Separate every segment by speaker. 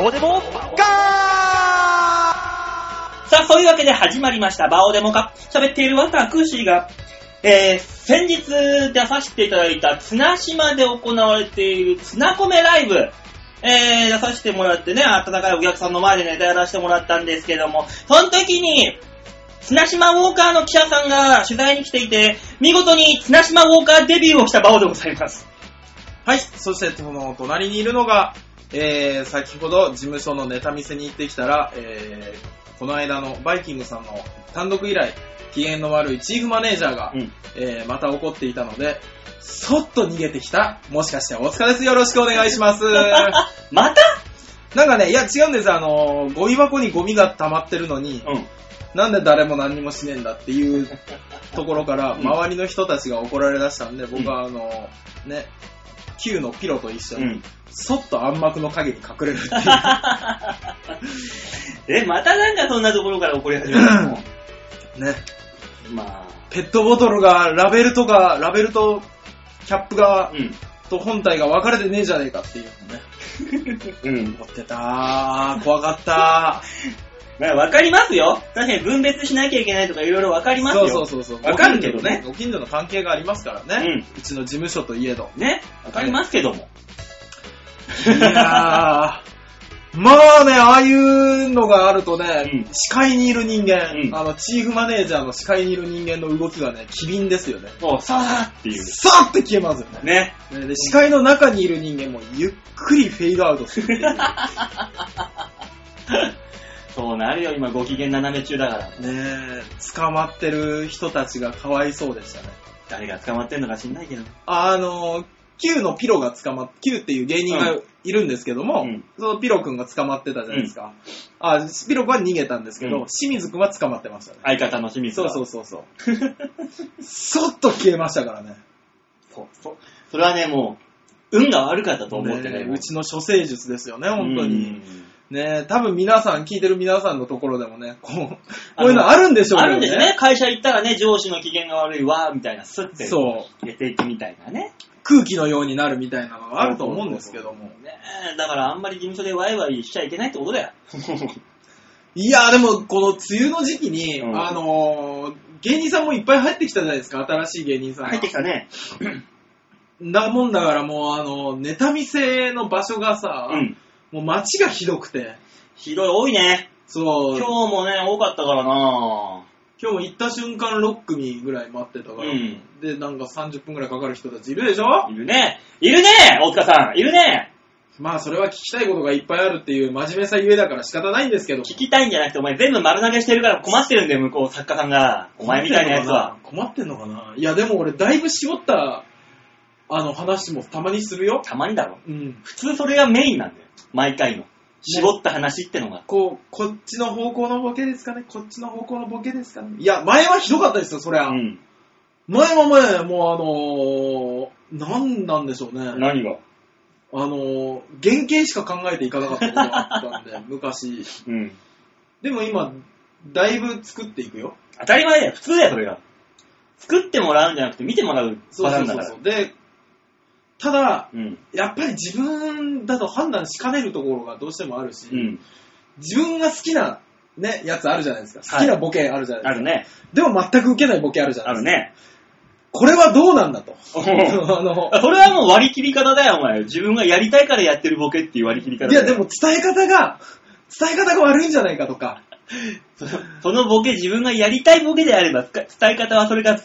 Speaker 1: オデモガ
Speaker 2: さあ、そういうわけで始まりました。バオデモか。喋っている私が、えー、先日出させていただいた綱島で行われている綱米ライブ、えー、出させてもらってね、温かいお客さんの前でネタやらせてもらったんですけども、その時に、綱島ウォーカーの記者さんが取材に来ていて、見事に綱島ウォーカーデビューをしたバオでございます。
Speaker 3: はい、そしてその隣にいるのが、えー、先ほど事務所のネタ見せに行ってきたら、えー、この間のバイキングさんの単独以来、機嫌の悪いチーフマネージャーが、
Speaker 2: うん
Speaker 3: えー、また怒っていたので、そっと逃げてきた、もしかして大塚です。よろしくお願いし ます。な
Speaker 2: また
Speaker 3: んかね、いや違うんです、あのー、ゴミ箱にゴミが溜まってるのに、
Speaker 2: うん。
Speaker 3: なんで誰も何にもしねえんだって いうところから、
Speaker 2: うん
Speaker 3: 周りの人たちが怒られだしたんで、僕はあのー、ね、Q のピロと一緒
Speaker 2: う
Speaker 3: に、
Speaker 2: ん。
Speaker 3: そっと暗幕の影に隠れるっていう。
Speaker 2: え、またなんかそんなところから怒り始めたの
Speaker 3: ね。
Speaker 2: まあ、
Speaker 3: ペットボトルが、ラベルとか、ラベルと、キャップが
Speaker 2: う、ん。
Speaker 3: と本体が分かれてねえじゃねえかっていうのね。
Speaker 2: うん。
Speaker 3: 思ってたー。怖かった
Speaker 2: まあ、わかりますよ。確かに分別しなきゃいけないとかいろいろわかり
Speaker 3: ー。
Speaker 2: ますよ。
Speaker 3: そうそうそうそう。
Speaker 2: わかるけどね
Speaker 3: ご近所の関係がありますからね。
Speaker 2: うん
Speaker 3: うちの事務所といえ ど。
Speaker 2: ね。わかりますけども。
Speaker 3: いやー。まあね、ああいうのがあるとね、
Speaker 2: うん
Speaker 3: 視界にいる人間、
Speaker 2: うん
Speaker 3: あの、チーフマネージャーの視界にいる人間の動きがね、機敏ですよね。
Speaker 2: そう、さあっていう。
Speaker 3: さーって消えますよね。
Speaker 2: ね。
Speaker 3: ねで視界の中にいる人間もゆっくりフェードアウトするっていう。
Speaker 2: そうなるよ、今ご機嫌斜め中だから。
Speaker 3: ねえ、捕まってる人たちがかわいそうでしたね。
Speaker 2: 誰が捕まってんのか知んないけど。
Speaker 3: あの、Q のピロが捕まっ、Q っていう芸人がいるんですけども、
Speaker 2: うん
Speaker 3: そのピロくんが捕まってたじゃないですか。あ、ピロくんは逃げたんですけど、
Speaker 2: うん
Speaker 3: 清水くんは捕まってましたね。
Speaker 2: 相方の清水
Speaker 3: そうそううそう そう。そっと消えましたからね。
Speaker 2: そう。そう。それはね、もう、運が悪かったと思って
Speaker 3: ね
Speaker 2: ね。
Speaker 3: えうちの処世術ですよね、
Speaker 2: もう
Speaker 3: 本当
Speaker 2: う
Speaker 3: に。
Speaker 2: ん
Speaker 3: ねえ、多分皆さん、聞いてる皆さんのところでもね、こう、こういう
Speaker 2: の
Speaker 3: のあるんでしょう
Speaker 2: あ
Speaker 3: け
Speaker 2: る
Speaker 3: ど
Speaker 2: んですね。会社行ったらね、上司の機嫌が悪いわ、みたいな、スッて。う。
Speaker 3: そう。
Speaker 2: 出ていくみたいなね。
Speaker 3: 空気のようになるみたいなのがあると思うんですけども。
Speaker 2: ねえだからあんまり事務所でワイワイしちゃいけないってこと だよ。
Speaker 3: いやーでも、この梅雨の時期に、
Speaker 2: うん
Speaker 3: あのー、芸人さんもいっぱい入ってきたじゃないですか、新しい芸人さんが。
Speaker 2: 入ってきたね。
Speaker 3: だもんだからもう、あの、ネタ見せの場所がさ、
Speaker 2: うん。
Speaker 3: もう街がひどくて、
Speaker 2: ひどい、多いね。
Speaker 3: そう、
Speaker 2: 今
Speaker 3: 今日
Speaker 2: 日もね、多かったからな
Speaker 3: も行った瞬間6組ぐらい待ってたから、
Speaker 2: うん
Speaker 3: で、なんか30分ぐらいかかる人たちいるでしょ
Speaker 2: いるね。いるね大塚さんいるね
Speaker 3: まあ、それは聞きたいことがいっぱいあるっていう真面目さゆえだから仕方ないんですけど。
Speaker 2: 聞きたいんじゃなくて、お前全部丸投げしてるから困ってるんだよ、向こう、作家さんが。お前みたいなやつは。
Speaker 3: 困ってんのかないや、でも俺、だいぶ絞った、あの、話もたまにするよ。
Speaker 2: たまにだろ。
Speaker 3: うん。
Speaker 2: 普通それがメインなんだよ。毎回の。絞った話ってのが。
Speaker 3: こう、こっちの方向のボケですかねこっちの方向のボケですかねいや、前はひどかったですよ、そりゃ。
Speaker 2: うん。
Speaker 3: 前はね、もうあのー、なんなんでしょうね。
Speaker 2: 何が
Speaker 3: あのー、原型しか考えていかなかったことがあったんで、 昔。
Speaker 2: うん。
Speaker 3: でも今、だいぶ作っていくよ。
Speaker 2: 当たり前だよ。普通だよ、それが。作ってもらうんじゃなくて、見てもらう
Speaker 3: そ
Speaker 2: 場
Speaker 3: うそ
Speaker 2: な
Speaker 3: うん
Speaker 2: だ
Speaker 3: そう
Speaker 2: から。
Speaker 3: そう。で、ただ、
Speaker 2: うん。
Speaker 3: やっぱり自分だと判断しかねるところがどうしてもあるし、
Speaker 2: うん。
Speaker 3: 自分が好きな、ね、やつあるじゃないですか。好
Speaker 2: はい
Speaker 3: きなボケあるじゃないですか。
Speaker 2: あるね。
Speaker 3: でも全く受けないボケあるじゃな
Speaker 2: あ
Speaker 3: いで
Speaker 2: る
Speaker 3: すか。
Speaker 2: ね。
Speaker 3: これはどうなんだと。
Speaker 2: お
Speaker 3: あ
Speaker 2: う
Speaker 3: の、
Speaker 2: それはもう割り切り方だよ、お前。自分がやりたいからやってるボケっていう割り切り方
Speaker 3: い
Speaker 2: だよ
Speaker 3: やでも伝え方が、伝え方が悪いんじゃないかとか、
Speaker 2: そそのボケ、自分がやりたいボケであれば、伝え方はそれが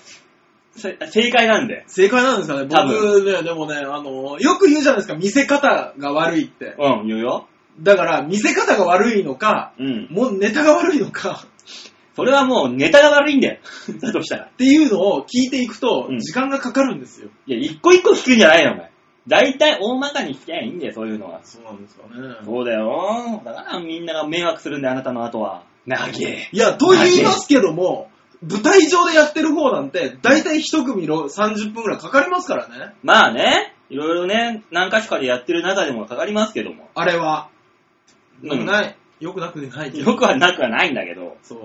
Speaker 2: せ正解なんで。
Speaker 3: 正解なんですかね。
Speaker 2: 多分
Speaker 3: 僕ね、でもね、あの、よく言うじゃないですか、見せ方が悪いって。
Speaker 2: うん、言うよ。
Speaker 3: だから、見せ方が悪いのか、
Speaker 2: うん。
Speaker 3: もうネタが悪いのか、
Speaker 2: それはもうネタが悪いんだよ。だとしたら。
Speaker 3: っていうのを聞いていくと
Speaker 2: う、ん
Speaker 3: 時間がかかるんですよ。
Speaker 2: いや、一個一個聞くんじゃないよ、お前。大体大まかに聞きゃいいんだよ、そういうのは。
Speaker 3: そうなんですかね。
Speaker 2: そうだよ。だからみんなが迷惑するんだよ、あなたの後は。なげ
Speaker 3: いや、と言いますけども、舞台上でやってる方なんて、だいたい一組ろ30分くらいかかりますからね。
Speaker 2: まあね、いろいろね、何か所かでやってる中でもかかりますけども。
Speaker 3: あれは。
Speaker 2: うん
Speaker 3: ない。よくなくてないけど。
Speaker 2: よくはなくはないんだけど。
Speaker 3: そう。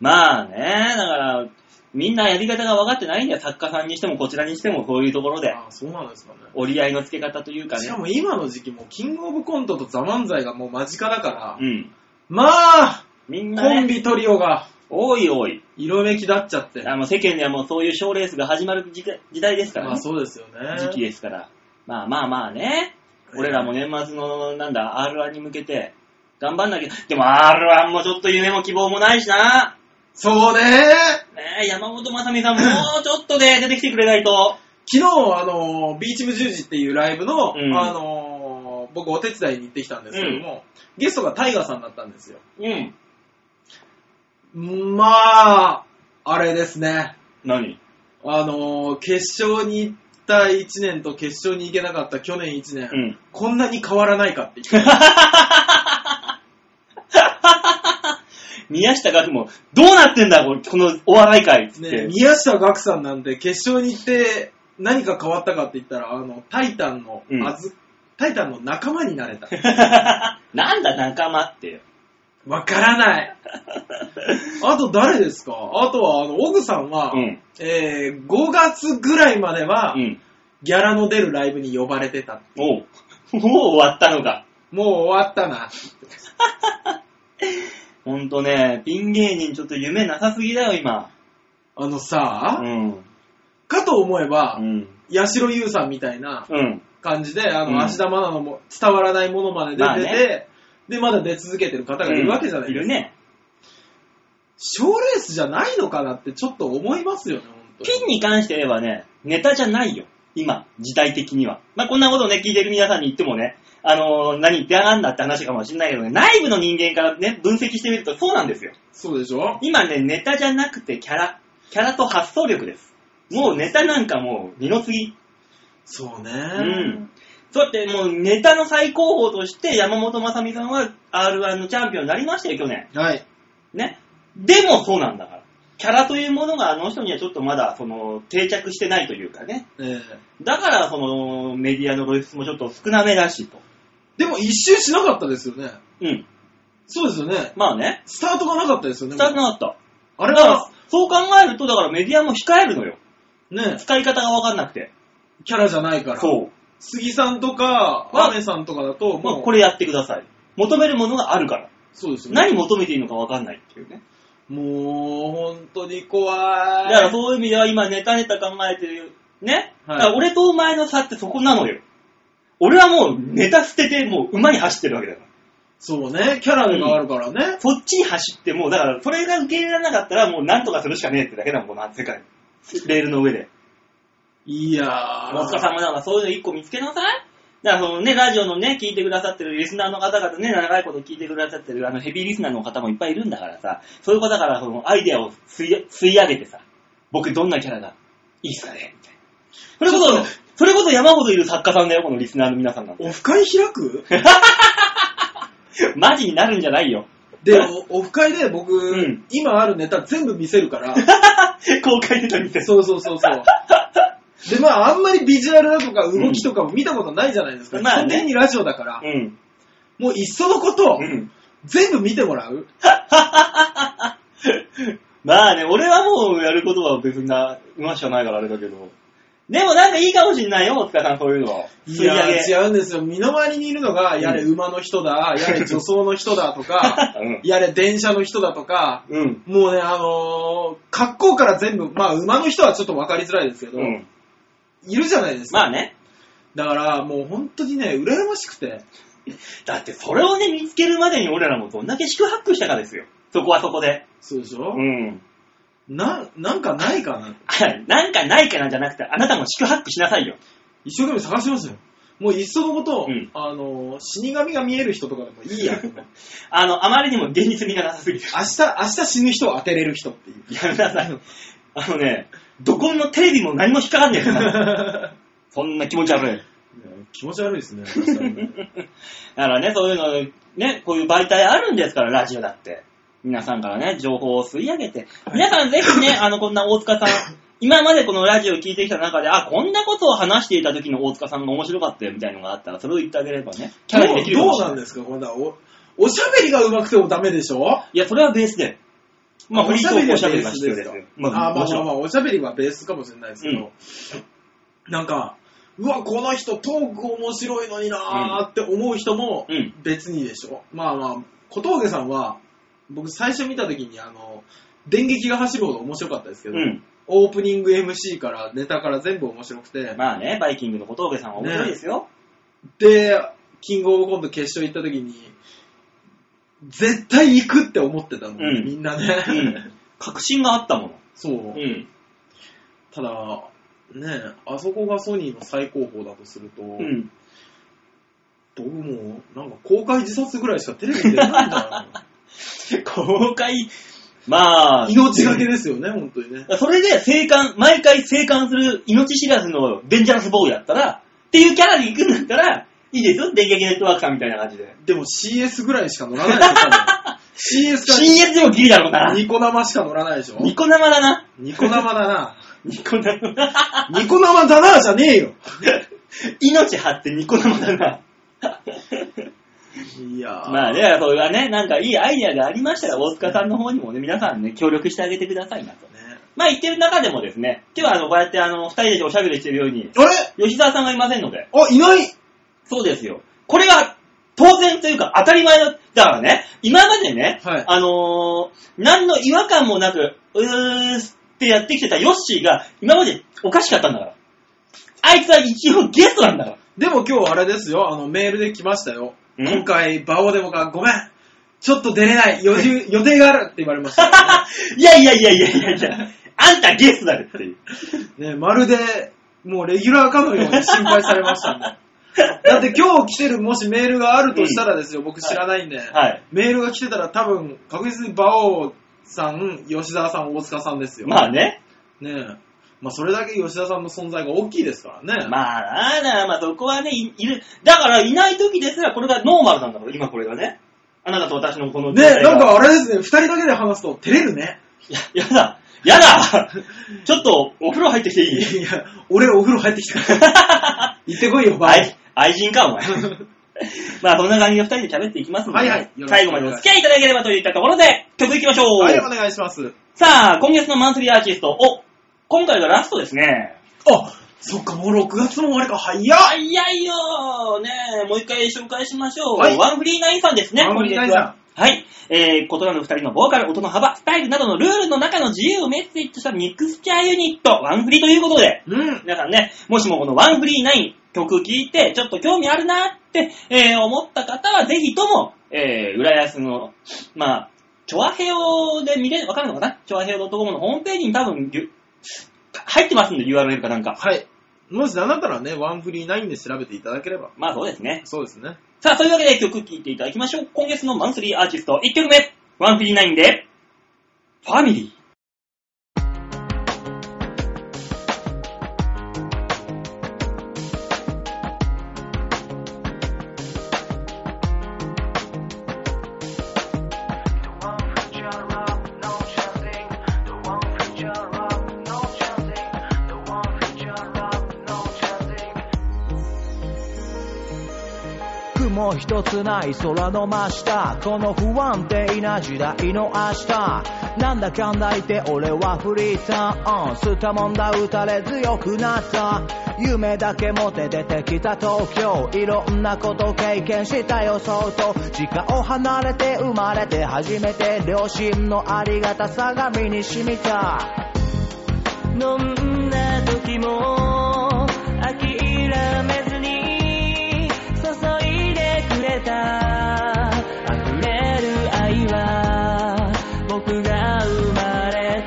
Speaker 2: まあね、だから、みんなやり方が分かってないんだよ。作家さんにしても、こちらにしても、こういうところで。
Speaker 3: ああ、そうなんですかね。
Speaker 2: 折り合いのつけ方というかね
Speaker 3: し。かも今の時期もうキングオブコントとザ・漫才がもう間近だから、
Speaker 2: うん。
Speaker 3: まあ、
Speaker 2: みんな、
Speaker 3: コン
Speaker 2: ね、
Speaker 3: ビトリオが
Speaker 2: 多い多い。
Speaker 3: 色めきだっちゃって。
Speaker 2: あの世間ではもうそういう賞ーレースが始まる時代時代ですから
Speaker 3: ま
Speaker 2: ね
Speaker 3: あ。そうですよね。
Speaker 2: 時期ですから。まあまあまあね。俺らも年末の、なんだ、R1 に向けて、頑張んなきゃ。でも R1 もちょっと夢も希望もないしな。
Speaker 3: そうね
Speaker 2: ねえ、山本まさみさん、もうちょっとで出てきてくれないと。
Speaker 3: 昨日、あの、ビーチ部10時っていうライブ
Speaker 2: う
Speaker 3: の、
Speaker 2: ん
Speaker 3: あの、僕お手伝いに行ってきたんですけども、ゲストがタイガーさんだったんですよ。
Speaker 2: うん。
Speaker 3: まあ、あれですね。
Speaker 2: 何
Speaker 3: あの、決勝に行った1年と決勝に行けなかった去年1年、
Speaker 2: うん。
Speaker 3: こんなに変わらないかって言って。
Speaker 2: 宮下岳も、どうなってんだ、ここのお笑い界っつっ
Speaker 3: ね
Speaker 2: て。、
Speaker 3: 宮下岳さんなんて決勝に行って何か変わったかって言ったら、あの、タイタンの、
Speaker 2: うん
Speaker 3: あず、タイタンの仲間になれた。
Speaker 2: なんだ、仲間ってよ。
Speaker 3: わか らない。あと誰ですかあとは、あの、オグさんは、
Speaker 2: うん。
Speaker 3: えー、5月ぐらいまでは、
Speaker 2: うん。
Speaker 3: ギャラの出るライブに呼ばれてた。
Speaker 2: おう。 もう終わったのか。
Speaker 3: もう終わったな。
Speaker 2: ほんとね、ピン芸人ちょっと夢なさすぎだよ、今。
Speaker 3: あの
Speaker 2: う
Speaker 3: さ、
Speaker 2: ん。
Speaker 3: かと思えば
Speaker 2: う、ん。
Speaker 3: ヤシロユウさんみたいな
Speaker 2: うん。
Speaker 3: 感じで、あ
Speaker 2: うん
Speaker 3: の、芦田愛菜のも伝わらないものまで出てて、
Speaker 2: まあね
Speaker 3: で、まだ出続けてる方がいるわけじゃない
Speaker 2: い
Speaker 3: で
Speaker 2: る
Speaker 3: すか。
Speaker 2: ね。
Speaker 3: 賞、レースじゃないのかなってちょっと思いますよね、本当に
Speaker 2: ピンに関して言えばね、ネタじゃないよ。今、時代的には。まあ、こんなことね、聞いてる皆さんに言ってもね、あのー何言ってやがんだって話かもしれないけどね、内部の人間からね、分析してみるとそうなんですよ。
Speaker 3: そうでしょ
Speaker 2: 今ね、ネタじゃなくてキャラ。キャラと発想力です。もうネタなんかもう二の次。
Speaker 3: そうね。
Speaker 2: うん。そうやってもうネタの最高峰として山本まさみさんは R1 のチャンピオンになりましたよ、去年。
Speaker 3: はい。
Speaker 2: ね。でもそうなんだから。キャラというものがあの人にはちょっとまだその定着してないというかね。
Speaker 3: えー
Speaker 2: だから、その、メディアの露出もちょっと少なめだしと。
Speaker 3: でも一周しなかったですよね。
Speaker 2: うん。
Speaker 3: そうですよね。
Speaker 2: まあね。
Speaker 3: スタートがなかったですよね。
Speaker 2: 伝わってなかった。
Speaker 3: あれ
Speaker 2: だから
Speaker 3: は、
Speaker 2: そう考えると、だからメディアも控えるのよ。
Speaker 3: ね、
Speaker 2: 使い方がわかんなくて。
Speaker 3: キャラじゃないから。
Speaker 2: そう。
Speaker 3: 杉さんとか、
Speaker 2: まあ
Speaker 3: アメさんとかだと、
Speaker 2: まあ、
Speaker 3: もう、
Speaker 2: これやってください。求めるものがあるから。
Speaker 3: そうですよね。
Speaker 2: 何求めていいのかわかんないっていうね。
Speaker 3: もう、本当に怖
Speaker 2: だ
Speaker 3: い。
Speaker 2: からそういう意味では今ネタネタ考えてるよ。ね。
Speaker 3: はい
Speaker 2: だから俺とお前の差ってそこなのよ。俺はもうネタ捨てて、もう馬に走ってるわけだから。
Speaker 3: そうね、キャラがあるからね。
Speaker 2: そっちに走って、もうだから、それが受け入れられなかったら、もうなんとかするしかねえってだけだもん、この世界。レールの上で。
Speaker 3: いやー。
Speaker 2: 大塚さんもなんかそういうの一個見つけなさい。だからそのね、ラジオのね、聞いてくださってるリスナーの方々ね、長いこと聞いてくださってるあのヘビーリスナーの方もいっぱいいるんだからさ、そういう方からそのアイデアを吸い吸い上げてさ、僕どんなキャラがいいっすかねみたいな。それこ
Speaker 3: ちょ
Speaker 2: そ
Speaker 3: っと、
Speaker 2: それこそ山ほどいる作家さんだよ、このリスナーの皆さんなんて。
Speaker 3: オフ会開 く
Speaker 2: マジになるんじゃないよ。
Speaker 3: で、おオフ会で僕、
Speaker 2: ん
Speaker 3: 今あるネタ全部見せる から。
Speaker 2: 公開出たみたいな。
Speaker 3: そうそうそうそう。で、まあ、あんまりビジュアルだとか動きとかも見たことないじゃないですか。
Speaker 2: まあね
Speaker 3: 基本的にラジオだから。
Speaker 2: うん。
Speaker 3: もういっそのこと、
Speaker 2: うん。
Speaker 3: 全部見てもらう
Speaker 2: まあね、俺はもうやることは別にな、うましかないからあれだけど。でもなんかいいかもしんないよ、大塚さん、そういうの。
Speaker 3: い
Speaker 2: 吸い
Speaker 3: や
Speaker 2: 上 げ。
Speaker 3: 違うんですよ。身の回りにいるのが、やれ馬の人 だ、やれ女装の人だとか、やれ電車の人だとか、
Speaker 2: うん。うん。
Speaker 3: もうね、あのー格好から全部、まあ馬の人はちょっと分かりづらいですけど、
Speaker 2: うん。
Speaker 3: いるじゃないですか。
Speaker 2: まあね。
Speaker 3: だからもう本当にね、羨ましくて。
Speaker 2: だってそれをね、見つけるまでに俺らもどんだけ四苦八苦したかですよ。そこはそこで。
Speaker 3: そうでしょ、
Speaker 2: ん。
Speaker 3: な、なんかないかな
Speaker 2: なんかないかなんじゃなくて、あなたも四苦八苦しなさいよ。
Speaker 3: 一生懸命探しますよ。もういっそのこと、
Speaker 2: うん
Speaker 3: あのー死神が見える人とかでもいいやと思う
Speaker 2: あの、あまりにも現実味がなさす ぎて。
Speaker 3: 明日、明日死ぬ人を当てれる人っ ていう。
Speaker 2: やめなさい。あのね、どこのテレビも何も引っかかんねえよな。 そんな気持ち悪い。
Speaker 3: 気持ち悪いですね。明日はね
Speaker 2: だからね、そういうの、ね、こういう媒体あるんですから、ラジオだって。皆さんからね、情報を吸い上げて。皆さんぜひ ね、あの、こんな大塚さん、今までこのラジオを聞いてきた中で、あ、こんなことを話していた時の大塚さんが面白かったよみたいなのがあったら、それを言ってあげればね、キャラにできる
Speaker 3: どう
Speaker 2: かもしれな
Speaker 3: どうな
Speaker 2: んい。
Speaker 3: ですかこんなお、おしゃべりが上手くてもダメでしょ
Speaker 2: いや、それはベースで。まあ、フリートークおしゃべり
Speaker 3: は
Speaker 2: は
Speaker 3: 必
Speaker 2: 必
Speaker 3: 要
Speaker 2: 要
Speaker 3: で
Speaker 2: ですす
Speaker 3: か。
Speaker 2: ま
Speaker 3: あ
Speaker 2: あ、
Speaker 3: ま
Speaker 2: も
Speaker 3: あ
Speaker 2: ち
Speaker 3: まあ
Speaker 2: ろん。
Speaker 3: まあ、おしゃべりはベースかもしれないですけど、なんか、うわ、この人トーク面白いのになーって思う人も
Speaker 2: うん。
Speaker 3: 別にでしょ。まあまあ、小峠さんは、僕最初見た時にあの、電撃が走るほど面白かったですけど、
Speaker 2: うん。
Speaker 3: オープニング MC からネタから全部面白くて、
Speaker 2: まあね、バイキングの小峠さんは面白いですよ。
Speaker 3: で、キングオブコント決勝行った時に、絶対行くって思ってたの、
Speaker 2: うん
Speaker 3: みんなね。
Speaker 2: うん確信があったもの。
Speaker 3: そう。
Speaker 2: うん。
Speaker 3: ただ、ねえ、あそこがソニーの最高峰だとすると、
Speaker 2: うん。
Speaker 3: 僕もなんか公開自殺ぐらいしかテレビに出ないんじゃない の
Speaker 2: 公開、まあ、
Speaker 3: 命がけですよね、本当にね。
Speaker 2: それで、生還、毎回生還する命知らずのデンジャラスボーイだったら、っていうキャラで行くんだったら、いいですよ、電撃ネットワークさんみたいな感じで。
Speaker 3: でも CS ぐらいしか乗らないでし ょ、多分 CS
Speaker 2: CS でもギリだろう
Speaker 3: か
Speaker 2: な。
Speaker 3: ニコ生しか乗らないでしょ。
Speaker 2: ニコ生だな。
Speaker 3: ニコ生だな。
Speaker 2: ニコ生。
Speaker 3: ニコ生だなじゃねえよ。
Speaker 2: 命張ってニコ生だな。
Speaker 3: いやー
Speaker 2: まあね、それはね、なんかいいアイデアがありましたら、大塚さんの方にもね、皆さんね、協力してあげてくださいなと。
Speaker 3: ね
Speaker 2: まあ言ってる中でもですね、今日はあの、こうやってあの、二人でおしゃべりしてるように、
Speaker 3: あれ
Speaker 2: 吉沢さんがいませんので、
Speaker 3: あ、いない
Speaker 2: そうですよ。これは、当然というか当たり前だだからね、今までね、
Speaker 3: はい
Speaker 2: あのー、何の違和感もなく、うーってやってきてたヨッシーが、今までおかしかったんだから。あいつは一応ゲストなんだから。
Speaker 3: でも今日あれですよ、あのメールで来ましたよ。
Speaker 2: ん
Speaker 3: 今回、バオデモがごめん、ちょっと出れない、予定予定があるって言われましたか
Speaker 2: いやいやいやいやいやいや、あんたゲストだよっていう。
Speaker 3: らね、ねまるで、もうレギュラーかのように心配されました ね。だって今日来てる、もしメールがあるとしたらですよ、僕知らないんで、
Speaker 2: はい。
Speaker 3: メールが来てたら多分、確実にバオさん、吉沢さん、大塚さんですよ。
Speaker 2: まあね。
Speaker 3: ねえまあそれだけ吉田さんの存在が大きいですからね。
Speaker 2: まあ、なあまあ、そこはね、いいる。だから、いない時ですら、これがノーマルなんだから、今これがね。あなたと私のこの
Speaker 3: ねえなんかあれですね、二人だけで話すと照れるね。
Speaker 2: いや、やだ、やだちょっと、お風呂入ってきていい
Speaker 3: いや、俺お風呂入ってきた から。行ってこいよ、バイ。
Speaker 2: 愛愛人か、お 前。まあ、そんな感じで二人で喋っていきますので、
Speaker 3: はいはい
Speaker 2: 最後までお付き合いいただければといったところで、曲いきましょう。
Speaker 3: はい、お願いします。
Speaker 2: さあ、今月のマンスリーアーティスト、お、今回がラストですね。
Speaker 3: あ、そっか、もう6月も終わりか、早っ
Speaker 2: 早いよーねえもう一回紹介しましょう。
Speaker 3: はい
Speaker 2: ワンフリーナインさんですね、
Speaker 3: ワンフ
Speaker 2: 今
Speaker 3: リーナイ
Speaker 2: 月
Speaker 3: ンさん
Speaker 2: は。はい。えー、異なる二人のボーカル、音の幅、スタイルなどのルールの中の自由をメッセージとしたミックスチャーユニット、ワンフリーということで、
Speaker 3: うん。
Speaker 2: 皆さんね、もしもこのワンフリーナイン曲聴いて、ちょっと興味あるなって、えー思った方は、ぜひとも、えー、浦安の、まあ、チョアヘオで見れる、わかるのかなチョアヘオ .com のホームページに多分、ゆ入ってますんで、URL かなんか。
Speaker 3: はい。もしなんだったらね、ワンフリーナインで調べていただければ。
Speaker 2: まあそうですね。
Speaker 3: そうですね。
Speaker 2: さあ、というわけで曲聴いていただきましょう。今月のマンスリーアーティスト、1曲目、ワンフリーナインで、ファミリー。
Speaker 1: The one future up, no chanting. The one future up, no chanting. The one future up, no chanting.
Speaker 4: 雲一つない空の真下この不安定な時代の明日なんだかんだ言って俺はフリーターンスタモンだ打たれ強くなった夢だけ持て出てきた東京いろんなこと経験したよ相当時間を離れて生まれて初めて両親のありがたさが身に染みた
Speaker 1: どんな時も諦めずに注いでくれた溢れる愛は僕が生まれ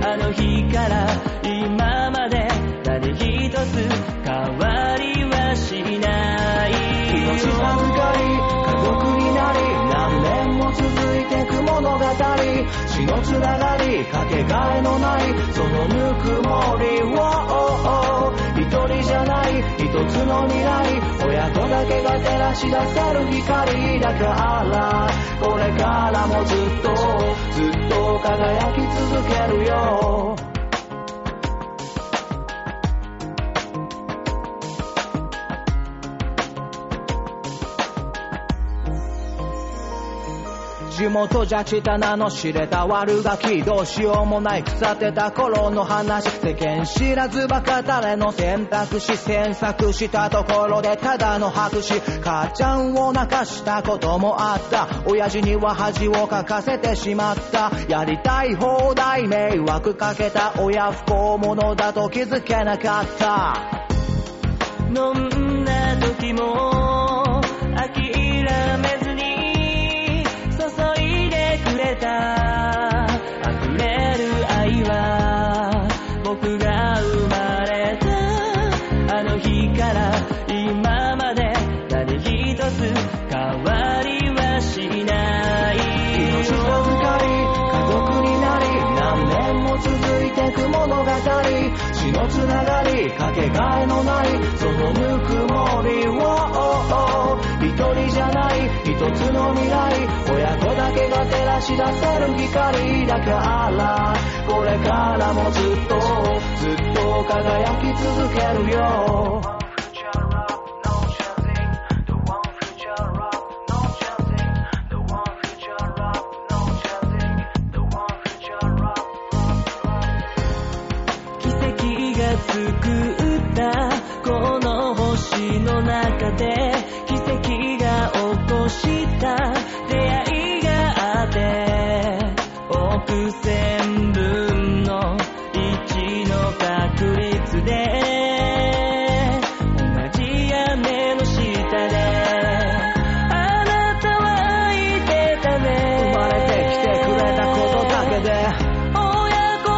Speaker 1: たあの日から今まで何一つ変わりはしない
Speaker 4: 命預かり家族になり何年も続いてく物語血のつながりかけがえのないそのぬくもりを一人じゃない一つの未来親子だけが照らし出せる光だからこれからもずっとずっと輝き続けるよ地元じゃ汚名の知れた悪ガキどうしようもない腐ってた頃の話世間知らずバカ誰の選択肢詮索したところでただの白紙母ちゃんを泣かしたこともあった親父には恥をかかせてしまったやりたい放題迷惑かけた親不幸者だと気づけなかった
Speaker 1: 飲んだ時も諦めずに注いでくれた溢れる愛は僕が生まれたあの日から今まで何一つ変わりはしない
Speaker 4: 命預かり家族になり何年も続いてく物語血のつながりかけがえのないそのぬくもりを一人じゃない一つの未来親子だけが照らし出せる光だからこれからもずっとずっと輝き続けるよ
Speaker 1: 「奇跡が作ったこの星の中で」「奇跡が起こした出会いがあって」「億千分の一の確率で」「同じ屋根の下であなたはいてたね」
Speaker 4: 生まれてきてくれたことだけで
Speaker 1: 親孝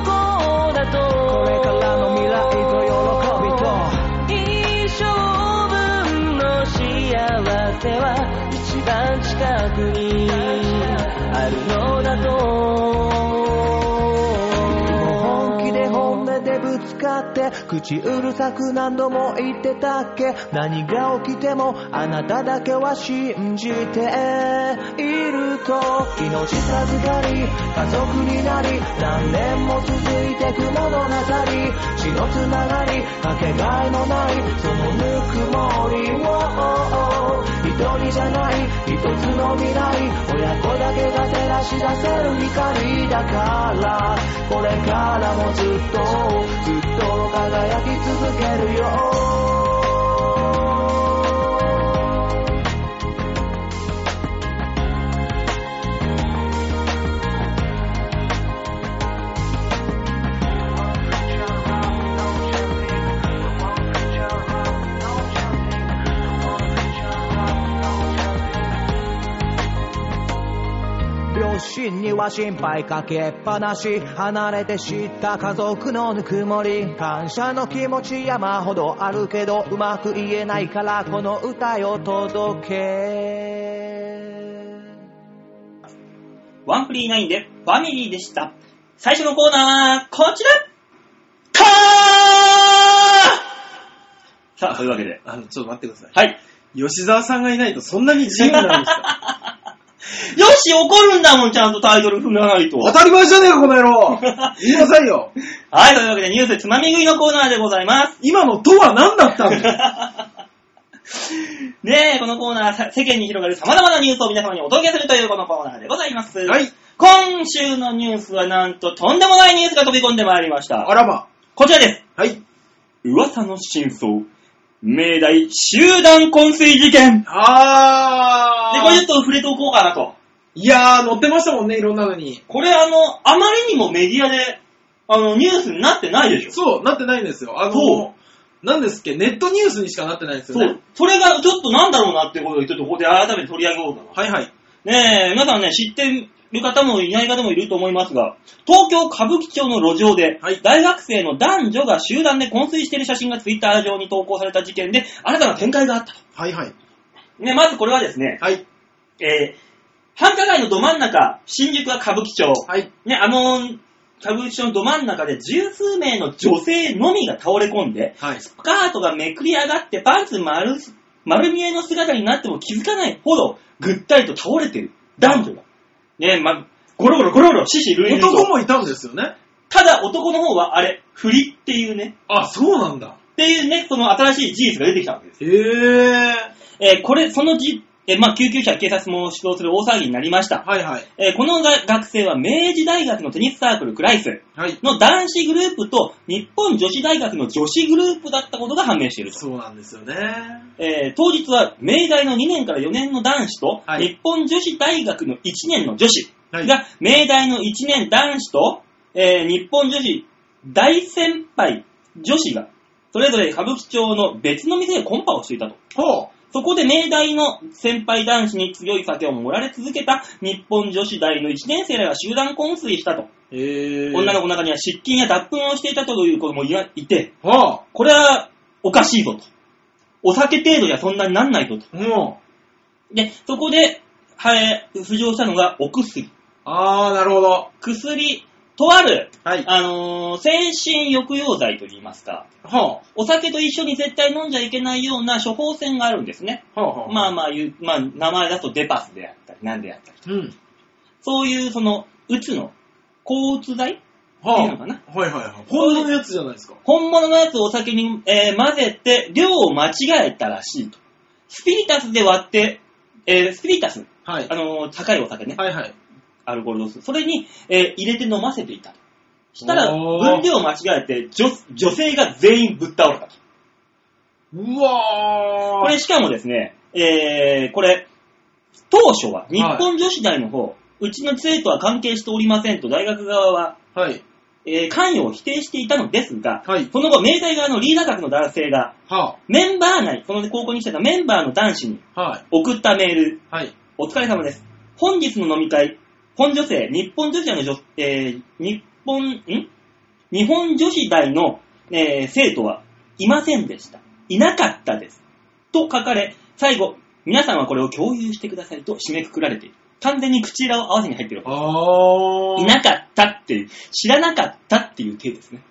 Speaker 1: 行だ
Speaker 4: これか
Speaker 1: と
Speaker 4: らの未来と喜びと
Speaker 1: 一生分の幸せは一番近くにあるのだと
Speaker 4: 本気で本音でぶつかって口うるさく何度も言ってたっけ何が起きてもあなただけは信じていると命授かり家族になり何年も続いてく物語血のつながりかけがえのないそのぬくもりを一人じゃない一つの未来親子だけが照らし出せる光だからこれからもずっとずっと輝き続けるよ両親には心配かけっぱなし離れて知った家族のぬくもり感謝の気持ち山ほどあるけどうまく言えないからこの歌よ届け
Speaker 2: ワンフリーナインでファミリーでした。最初のコーナーはこちらカーさあ、そういうわけで。
Speaker 3: あの、ちょっと待ってください。
Speaker 2: はい。
Speaker 3: 吉沢さんがいないとそんなに自由なんです か
Speaker 2: よし、怒るんだもん、ちゃんとタイトル踏まないと。
Speaker 3: 当たり前じゃねえか、この野 郎言いなさいよ
Speaker 2: はい、というわけでニュースつまみ食いのコーナーでございます。
Speaker 3: 今のと は何だったんだ
Speaker 2: ねえ、このコーナーさ、世間に広がる様々なニュースを皆様にお届けするというこのコーナーでございます。
Speaker 3: はい。
Speaker 2: 今週のニュースはなんととんでもないニュースが飛び込んでまいりました。
Speaker 3: あらま。
Speaker 2: こちらです。
Speaker 3: はい。
Speaker 2: 噂の真相。命題集団昏睡事件。で、
Speaker 3: あー。
Speaker 2: これちょっと触れておこうかなと。
Speaker 3: いやー、乗ってましたもんね、いろんなのに。
Speaker 2: これあの、あまりにもメディアで、あの、ニュースになってないでしょ。
Speaker 3: そう、なってないんですよ。あ
Speaker 2: そ
Speaker 3: の、なんですっけ、ネットニュースにしかなってないんですよ
Speaker 2: そ
Speaker 3: ね
Speaker 2: う。。それがちょっとなんだろうなってことをちょっとここで改めて取り上げようかな。
Speaker 3: はいはい。
Speaker 2: ねえ、皆さんね、知ってる方もいない方もいると思いますが、東京歌舞伎町の路上で、
Speaker 3: はい
Speaker 2: 大学生の男女が集団で昏睡している写真がツイッター上に投稿された事件で、新たな展開があったと。
Speaker 3: はいはい。
Speaker 2: ね、まずこれはですね、
Speaker 3: はい。
Speaker 2: えー、繁華街のど真ん中、新宿は歌舞伎町。
Speaker 3: はい。
Speaker 2: ね、あの、歌舞伎町のど真ん中で十数名の女性のみが倒れ込んで、
Speaker 3: はい。
Speaker 2: スカートがめくり上がってパンツ丸す、丸見えの姿になっても気づかないほどぐったりと倒れてる男女が。ねえ、ま、ゴロゴロゴロゴロ、獅子類
Speaker 3: 男もいたんですよね。
Speaker 2: ただ男の方はあれ、振りっていうね、
Speaker 3: あ、そうなんだ。
Speaker 2: っていうね、その新しい事実が出てきたわけです。
Speaker 3: へー。
Speaker 2: えーこれ、そのじで、まあ、救急車、警察も出動する大騒ぎになりました。
Speaker 3: はいはい。
Speaker 2: えーこのが学生は明治大学のテニスサークルクライス
Speaker 3: はい。
Speaker 2: の男子グループと日本女子大学の女子グループだったことが判明していると。
Speaker 3: そうなんですよね。
Speaker 2: えー当日は明大の2年から4年の男子と、
Speaker 3: はい
Speaker 2: 日本女子大学の1年の女子
Speaker 3: はい
Speaker 2: が、明大の1年男子と、えー日本女子大先輩女子が、それぞれ歌舞伎町の別の店でコンパをしていたと。
Speaker 3: ほ
Speaker 2: そこで明大の先輩男子に強い酒を盛られ続けた日本女子大の1年生らが集団昏睡したと。
Speaker 3: う。えー。
Speaker 2: 女の子の中には失禁や脱粉をしていたという子もいわいて、
Speaker 3: ほ
Speaker 2: これはおかしいぞと。お酒程度じゃそんなになんないぞと。
Speaker 3: う。もう。
Speaker 2: で、そこで、はい、浮上したのがお薬。
Speaker 3: あー、なるほど。
Speaker 2: 薬、とある、
Speaker 3: はい。
Speaker 2: あのー精神抑揚剤といいますか、
Speaker 3: ほ
Speaker 2: お酒と一緒に絶対飲んじゃいけないような処方箋があるんですね。
Speaker 3: う。ほうほう。
Speaker 2: まあまあ言う、まあ名前だとデパスであったり、なんであったり。
Speaker 3: うん。
Speaker 2: そういうその、うつの、抗うつ剤
Speaker 3: ほう。
Speaker 2: いいのかな
Speaker 3: はいはいはい。本物のやつじゃないですか。
Speaker 2: 本物のやつをお酒に、えー混ぜて、量を間違えたらしいと。スピリタスで割って、えースピリタス、
Speaker 3: はい
Speaker 2: あ。のー高いお酒ね。
Speaker 3: はいはい。
Speaker 2: アルコール度数。それに、えー入れて飲ませていた。したら、
Speaker 3: おー
Speaker 2: 分量を間違えて女、女性が全員ぶっ倒れたと。
Speaker 3: うわー。
Speaker 2: これ、しかもですね、えーこれ、当初は、日本女子大の方、うちの生徒は関係しておりませんと大学側は、
Speaker 3: はい。
Speaker 2: えー関与を否定していたのですが、
Speaker 3: はい。
Speaker 2: その後、明大側のリーダー格の男性が、
Speaker 3: は
Speaker 2: メンバー内、その高校に来てたメンバーの男子に
Speaker 3: あ。はい。
Speaker 2: 送ったメール、
Speaker 3: はい。
Speaker 2: お疲れ様です。本日の飲み会、本女性、日本女子大の女、えー日本、ん日本女子大の、えー生徒はいませんでした。いなかったです。と書かれ、最後、皆さんはこれを共有してくださいと締めくくられている。完全に口裏を合わせに入っている。
Speaker 3: あー。
Speaker 2: いなかったっていう、知らなかったっていう体ですね。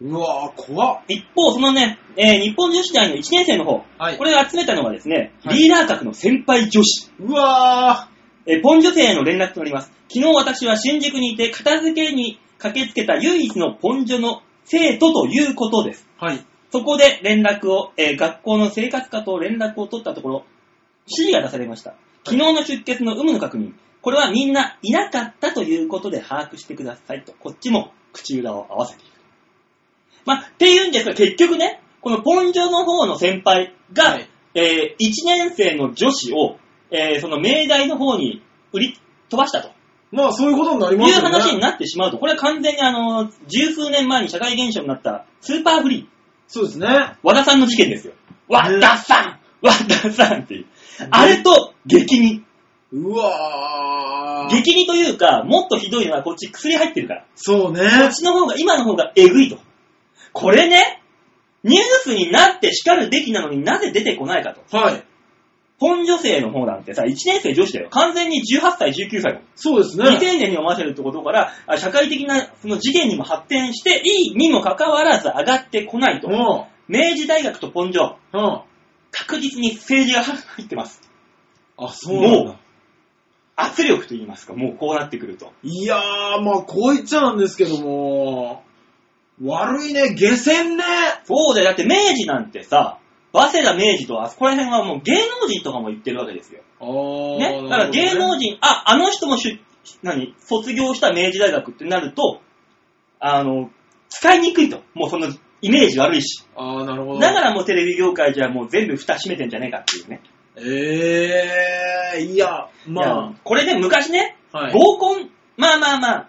Speaker 3: うわー、怖っ。
Speaker 2: 一方、そのね、えー日本女子大の1年生の方、
Speaker 3: はい
Speaker 2: これを集めたのがですね、
Speaker 3: はい
Speaker 2: リーダー格の先輩女子。
Speaker 3: うわ
Speaker 2: えーポン女性への連絡となります。昨日私は新宿にいて片付けに駆けつけた唯一のポン女の生徒ということです。
Speaker 3: ー。はい。
Speaker 2: そこで連絡を、えー学校の生活課と連絡を取ったところ、指示が出されました。昨日の出欠の有無の確認。これはみんないなかったということで把握してくださいと、こっちも口裏を合わせている。まあ、っていうんですが、結局ね、このポン女の方の先輩が、
Speaker 3: はい
Speaker 2: え1年生の女子を、えーその命題の方に売り飛ばしたと。
Speaker 3: まあ、そういうことになり
Speaker 2: い
Speaker 3: ます
Speaker 2: う
Speaker 3: よね。
Speaker 2: 話になってしまうと、これは完全にあの、十数年前に社会現象になった、スーパーフリー。
Speaker 3: そうですね。
Speaker 2: 和田さんの事件ですよ。和田さん和田さんっていう。あれと、激似。
Speaker 3: うわー。
Speaker 2: 激似というか、もっとひどいのはこっち薬入ってるから。
Speaker 3: そうね。
Speaker 2: こっちの方が、今の方がえぐいと。これね、ニュースになって叱るべきなのになぜ出てこないかと。
Speaker 3: はい。
Speaker 2: 本女性の方なんてさ、1年生女子だよ。完全に18歳、19歳の。
Speaker 3: そうです
Speaker 2: 未
Speaker 3: ね。
Speaker 2: 成年に思わせるってことから、あ社会的なその事件にも発展していいにもかかわらず上がってこないと
Speaker 3: う。ん。うん。
Speaker 2: 明治大学とポンジョ、
Speaker 3: あ、
Speaker 2: 確実に政治が入ってます。
Speaker 3: そうなん
Speaker 2: も
Speaker 3: だ
Speaker 2: う。圧力と言いますか、もうこうなってくると。
Speaker 3: いやー、まあ、こう言っちゃなんですけども、悪いね、下船ね。
Speaker 2: そうだよ、だって明治なんてさ、早稲田明治とあそこら辺はもう芸能人とかも言ってるわけですよ。
Speaker 3: あー。
Speaker 2: ね、だから芸能
Speaker 3: 人。
Speaker 2: 人、あ、あの人も出何、卒業した明治大学ってなると、あの、使いにくいと。もうそのイメージ悪いし。
Speaker 3: あー、なるほど。
Speaker 2: だからもうテレビ業界じゃもう全部蓋閉めてんじゃねえかっていうね。
Speaker 3: えー、いや、ま
Speaker 2: いやこれで昔ね、
Speaker 3: あ、はい。
Speaker 2: 合コン、まあまあまあ、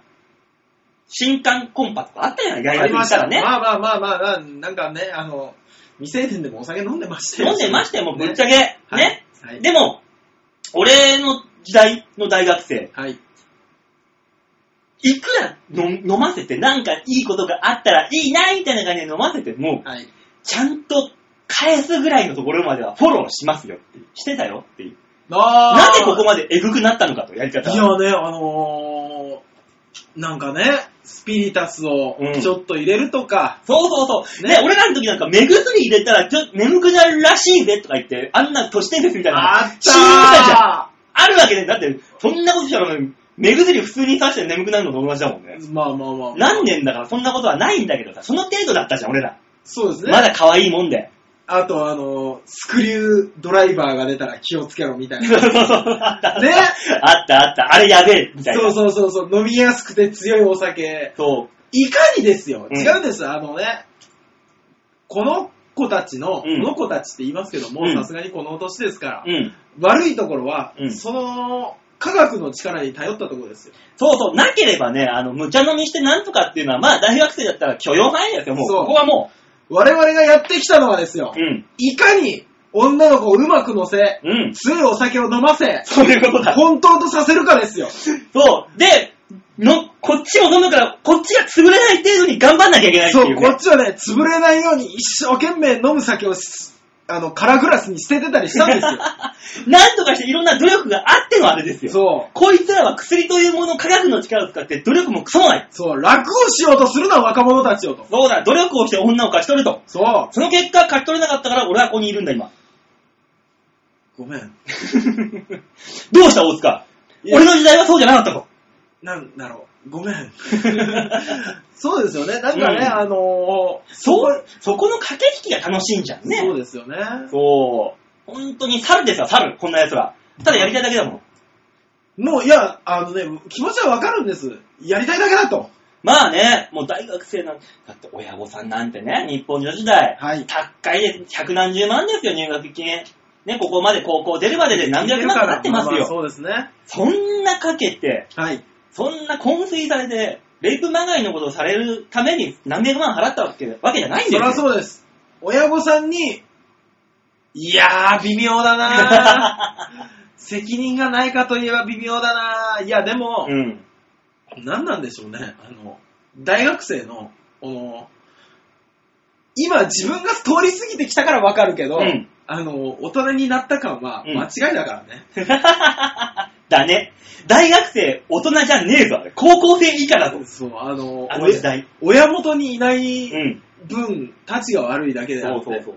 Speaker 2: 新刊コンパとかあったよね、大
Speaker 3: あ
Speaker 2: 学
Speaker 3: り
Speaker 2: に
Speaker 3: ま
Speaker 2: し
Speaker 3: したた
Speaker 2: らね。
Speaker 3: まあまあまあまあまあ、なんかね、あの、未成年でもお酒飲んでましたよ。
Speaker 2: 飲んでましたよ、もうぶっち
Speaker 3: ゃ
Speaker 2: ゃけ。ね。
Speaker 3: はいはい
Speaker 2: でも、俺の時代の大学生、
Speaker 3: はい。
Speaker 2: いくらの飲ませて、なんかいいことがあったらいいな、みたいな感じで飲ませても、
Speaker 3: はい。
Speaker 2: ちゃんと返すぐらいのところまではフォローしますよっていうしてたよっていう。
Speaker 3: あ
Speaker 2: なぜここ
Speaker 3: ま
Speaker 2: までエグくなったのかと、やり方。
Speaker 3: いやね、あのー、なんかね、スピリタスを
Speaker 2: うん
Speaker 3: ちょっと入れるとか、
Speaker 2: そうそうそう。ね
Speaker 3: ね
Speaker 2: 俺らの時なんか目薬入れたらちょっと眠くなるらしいぜとか言って、あんな都市伝説みたいなの。
Speaker 3: あっ
Speaker 2: 信じたじゃん
Speaker 3: た
Speaker 2: あるわけね。だって、そんなことしたら、目薬普通に刺して眠くなるのと同じだもんね。
Speaker 3: ーまあまあまあ。
Speaker 2: 何年だからそんなことはないんだけどさ、その程度だったじゃん、俺ら。
Speaker 3: そうですね。
Speaker 2: まだ可愛いもんで。
Speaker 3: あとあの、スクリュードライバーが出たら気をつけろみ たいな。
Speaker 2: あった
Speaker 3: ね
Speaker 2: あったあった。あれやべえみたいな。
Speaker 3: そう
Speaker 2: う。
Speaker 3: そうそうそう、飲みやすくて強いお酒。
Speaker 2: そ
Speaker 3: いかにですよ。
Speaker 2: うん
Speaker 3: 違うんです、あのね、この子たちの、
Speaker 2: うん
Speaker 3: この子たちって言いますけども
Speaker 2: う、ん
Speaker 3: さすがにこの年ですから
Speaker 2: う。、うん。
Speaker 3: 悪いところは、
Speaker 2: うん
Speaker 3: その、科学の力に頼ったところですよ。
Speaker 2: そうそう。なければね、あの、無茶飲みしてなんとかっていうのは、まあ大学生だったら許容範囲ですよ。もう、
Speaker 3: そう
Speaker 2: ここはも
Speaker 3: 我々がやってきたのはですよ
Speaker 2: う。、うん。
Speaker 3: いかに女の子をうまく乗せ、
Speaker 2: うん。
Speaker 3: 強いお酒を飲ませ、
Speaker 2: そういうことだ。
Speaker 3: 混沌とさせるかですよ。
Speaker 2: そう。で、の、こっちを飲むから、こっちが潰れない程度に頑張んなきゃいけないって
Speaker 3: そ、
Speaker 2: いうう、
Speaker 3: こ
Speaker 2: ね
Speaker 3: っ。ちはね、潰れないように一生懸命飲む酒をし、あの、空グラスに捨ててたりしたん ですよ。
Speaker 2: なんとかしていろんな努力があってのあれですよ。
Speaker 3: そう。
Speaker 2: こいつらは薬というものを科学の力を使って努力もクソもない。
Speaker 3: そう、楽をしようとするな、若者たちをと。
Speaker 2: そうだ、努力をして女を勝ち取ると。
Speaker 3: そ
Speaker 2: その結果、勝ち取れなかったから俺はここにいるんだ、 今。
Speaker 3: う。ごめん。
Speaker 2: どうした、大塚
Speaker 3: いや
Speaker 2: 俺の時代はそうじゃなか ったと。
Speaker 3: なんだろう。ごめん。そうですよね。なんかね、
Speaker 2: うん
Speaker 3: あのー、
Speaker 2: そう、そこの駆け引きが楽しいんじゃんね。
Speaker 3: そうですよね。
Speaker 2: そう。本当に猿ですよ、猿。こんな奴ら。ただやりたいだけだもん。
Speaker 3: もう、いや、あのね、気持ちはわかるんです。やりたいだけだと。
Speaker 2: まあね、もう大学生なんだって親御さんなんてね、日本の時代、
Speaker 3: はい。
Speaker 2: 高いです。百何十万ですよ、入学金。ね、ここまで高校出るまでで何百万かなってます
Speaker 3: まあまあ
Speaker 2: よ。
Speaker 3: そうですね。
Speaker 2: そんなかけて、
Speaker 3: はい。
Speaker 2: そんな昏睡されて、レイプまがいのことをされるために何百万払ったわけわけじゃないん
Speaker 3: そ
Speaker 2: です
Speaker 3: り
Speaker 2: よ。
Speaker 3: ゃそうです。親御さんに、いやー、微妙だ なー責任がないかといえば微妙だなーいや、でも、
Speaker 2: うん。
Speaker 3: 何なんでしょうね。あの、大学生の、この、今自分が通り過ぎてきたからわかるけど、
Speaker 2: うん
Speaker 3: あの、大人になった感は
Speaker 2: うん
Speaker 3: 間違いだからね。
Speaker 2: だね。大学生、大人じゃねえぞ、あれ高校生以下だぞ。
Speaker 3: そう、あの、
Speaker 2: あの時代。
Speaker 3: 親元にいな
Speaker 2: う
Speaker 3: い
Speaker 2: ん。
Speaker 3: 分、たちが悪いだけであ
Speaker 2: そ
Speaker 3: っ
Speaker 2: う
Speaker 3: て。
Speaker 2: そうそう。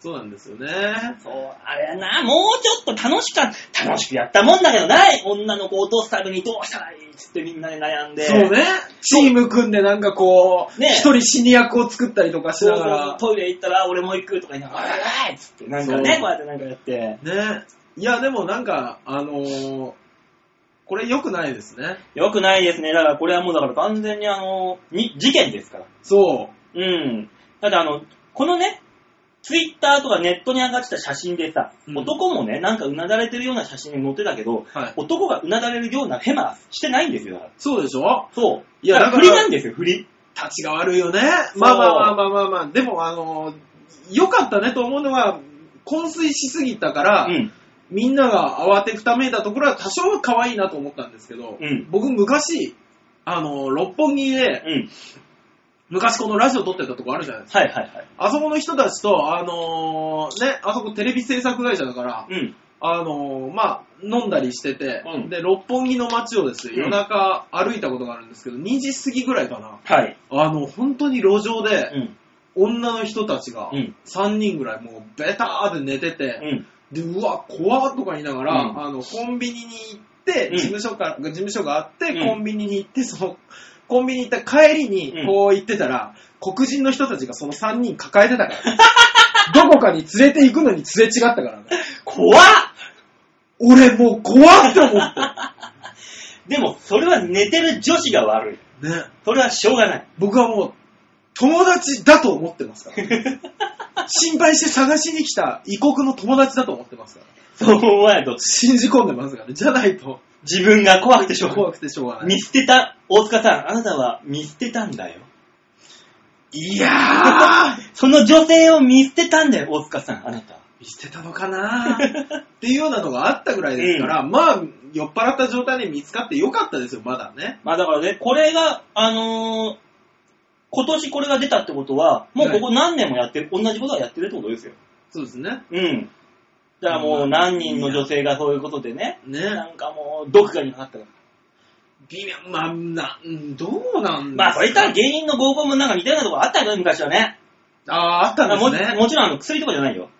Speaker 3: そうなんですよね。
Speaker 2: そう、あれやな、もうちょっと楽しか、楽しくやったもんだけどない。女の子を落とすためにどうしたらいいっつってみんなで悩んで。
Speaker 3: そうね。チーム組んでなんかこう、
Speaker 2: ね
Speaker 3: 一人死に役を作ったりとかし
Speaker 2: そう
Speaker 3: な
Speaker 2: そ
Speaker 3: が
Speaker 2: う
Speaker 3: ら。
Speaker 2: トイレ行ったら俺も行くとか言いながら、あららいっつって、なんか
Speaker 3: そ
Speaker 2: ね
Speaker 3: う、
Speaker 2: こうやってなんかやって。
Speaker 3: ね。いや、でもなんか、あのーこれ良くないですね。
Speaker 2: よくないですね。だからこれはもうだから完全にあの、に事件ですから。
Speaker 3: そう。
Speaker 2: うん。ただあの、このね、ツイッターとかネットに上がってた写真でさ、
Speaker 3: うん
Speaker 2: 男もね、なんかうなだれてるような写真に載ってたけど、
Speaker 3: はい
Speaker 2: 男がうなだれるようなヘマしてないんですよ、だから。
Speaker 3: そうでしょ
Speaker 2: そう。
Speaker 3: いや
Speaker 2: だから
Speaker 3: だ
Speaker 2: 振
Speaker 3: から
Speaker 2: りなんですよ、振り。
Speaker 3: 立ちが悪いよね。まあまあまあまあまあまあ、でもあの、良かったねと思うのは、昏睡しすぎたから、
Speaker 2: うん。
Speaker 3: みんなが慌てふためいたところは多少は可愛いなと思ったんですけど、
Speaker 2: うん
Speaker 3: 僕昔、あの、六本木で、
Speaker 2: うん。
Speaker 3: 昔このラジオ撮ってたとこあるじゃないですか。
Speaker 2: はいはいはい。
Speaker 3: あそこの人たちと、あのーね、あそこテレビ制作会社だから、
Speaker 2: うん。
Speaker 3: あのーまあ、飲んだりしてて、
Speaker 2: うん
Speaker 3: で、六本木の街をですね、
Speaker 2: うん
Speaker 3: 夜中歩いたことがあるんですけど、2時過ぎぐらいかな。
Speaker 2: はい。
Speaker 3: あの、本当に路上で、
Speaker 2: うん。
Speaker 3: 女の人たちが
Speaker 2: うん
Speaker 3: 3人ぐらいもうベターって寝て
Speaker 2: う
Speaker 3: て、
Speaker 2: ん。
Speaker 3: でうわ怖っとか言いながら、
Speaker 2: うん
Speaker 3: あのコンビニに行って
Speaker 2: うん
Speaker 3: 事務所から、事務所があって
Speaker 2: うん
Speaker 3: コンビニに行ってそのコンビニ行った帰りに
Speaker 2: うん
Speaker 3: こう行ってたら、黒人の人たちがその3人抱えてた から、どこかに連れて行くのに連れ違ったからね
Speaker 2: 怖っ
Speaker 3: 俺もう怖って思って、
Speaker 2: でも、それは寝てる女子が悪い。
Speaker 3: ね、
Speaker 2: それはしょうがない。
Speaker 3: 僕はもう友達だと思ってますから心配して探しに来た異国の友達だと思ってますから
Speaker 2: そう思わないと、
Speaker 3: 信じ込んでますからね。じゃないと、
Speaker 2: 自分が怖くてしょうが
Speaker 3: 怖くてしょうが
Speaker 2: ない。
Speaker 3: ない。
Speaker 2: 見捨てた、大塚さん、あなたは見捨てたんだよ。
Speaker 3: いやー
Speaker 2: その女性を見捨てたんだよ、大塚さん、あなた。
Speaker 3: 見捨てたのかなー っていうようなのがあったぐらいですから、まあ、酔っ払った状態で見つかってよかったですよ、まだね。
Speaker 2: まあだからね、これが、あのー今年これが出たってことは、もうここ何年もやってる、同じことはやってるってことですよ。
Speaker 3: そうですね。
Speaker 2: うん。だからもう何人の女性がそういうことでね、な
Speaker 3: ね。
Speaker 2: んかもう毒がにかかったから。
Speaker 3: 微妙、まあ、な、うんどうなん
Speaker 2: まあそれ言ったら
Speaker 3: あ
Speaker 2: 芸人の合コンもなんか似たようなとこあったけど、昔はね。
Speaker 3: あー、あったんです
Speaker 2: も
Speaker 3: ね。
Speaker 2: もちろんあの薬とかじゃないよ。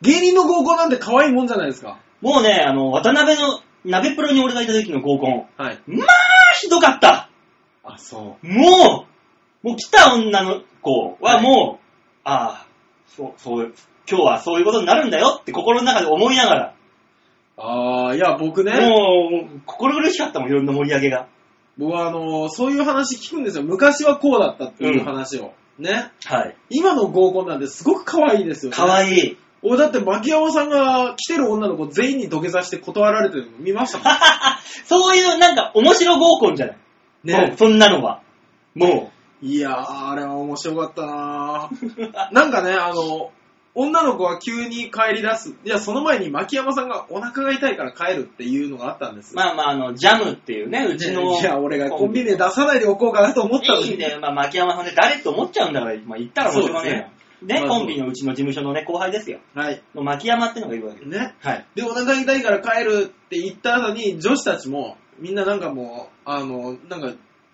Speaker 3: 芸人の合コンなんて可愛いもんじゃないですか。
Speaker 2: もうね、あの、渡辺の、鍋プロに俺がいた時の合コン。
Speaker 3: はい。
Speaker 2: まあ、ひどかった
Speaker 3: あ、そ
Speaker 2: もう、もう来た女の子はもう、ああ、そう、そう、今日はそういうことになるんだよって心の中で思いなが
Speaker 3: あー、いや、僕ね、
Speaker 2: ら、もう、心苦しかったもん、いろんな盛り上げが。
Speaker 3: 僕はあのーそういう話聞くんですよ。昔はこうだったっていう話を。ね。
Speaker 2: はい。
Speaker 3: 今の合コンなんてすごく可愛いですよ、ね。
Speaker 2: かわいい。
Speaker 3: 俺だって、牧山さんが来てる女の子全員に土下座して断られてるの見ましたもん。
Speaker 2: そういう、なんか、面白合コンじゃない。も
Speaker 3: ね
Speaker 2: う、。そんなのは。も
Speaker 3: いやー、あれは面白かったな
Speaker 2: う。
Speaker 3: ーなんかね、あの、女の子は急に帰り出す。いや、その前に牧山さんがお腹が痛いから帰るっていうのがあったんです。
Speaker 2: まあまあ、あの、ジャムっていうね、うちの。
Speaker 3: いや、俺がコンビニで出さないでおこうかなと思ったのに。
Speaker 2: いいんだよ、まあ、牧山さんで誰と思っちゃうんだから、まあ、言ったらもちろんねえよ。
Speaker 3: ま
Speaker 2: ね、
Speaker 3: あ
Speaker 2: コンビのうちの事務所のね、後輩ですよ。
Speaker 3: はい。
Speaker 2: の牧山ってのがいるわけです。
Speaker 3: ね。
Speaker 2: はい。
Speaker 3: で、お腹痛いから帰るって言った後に、女子たちも、みんななんかもう、あの、なんか、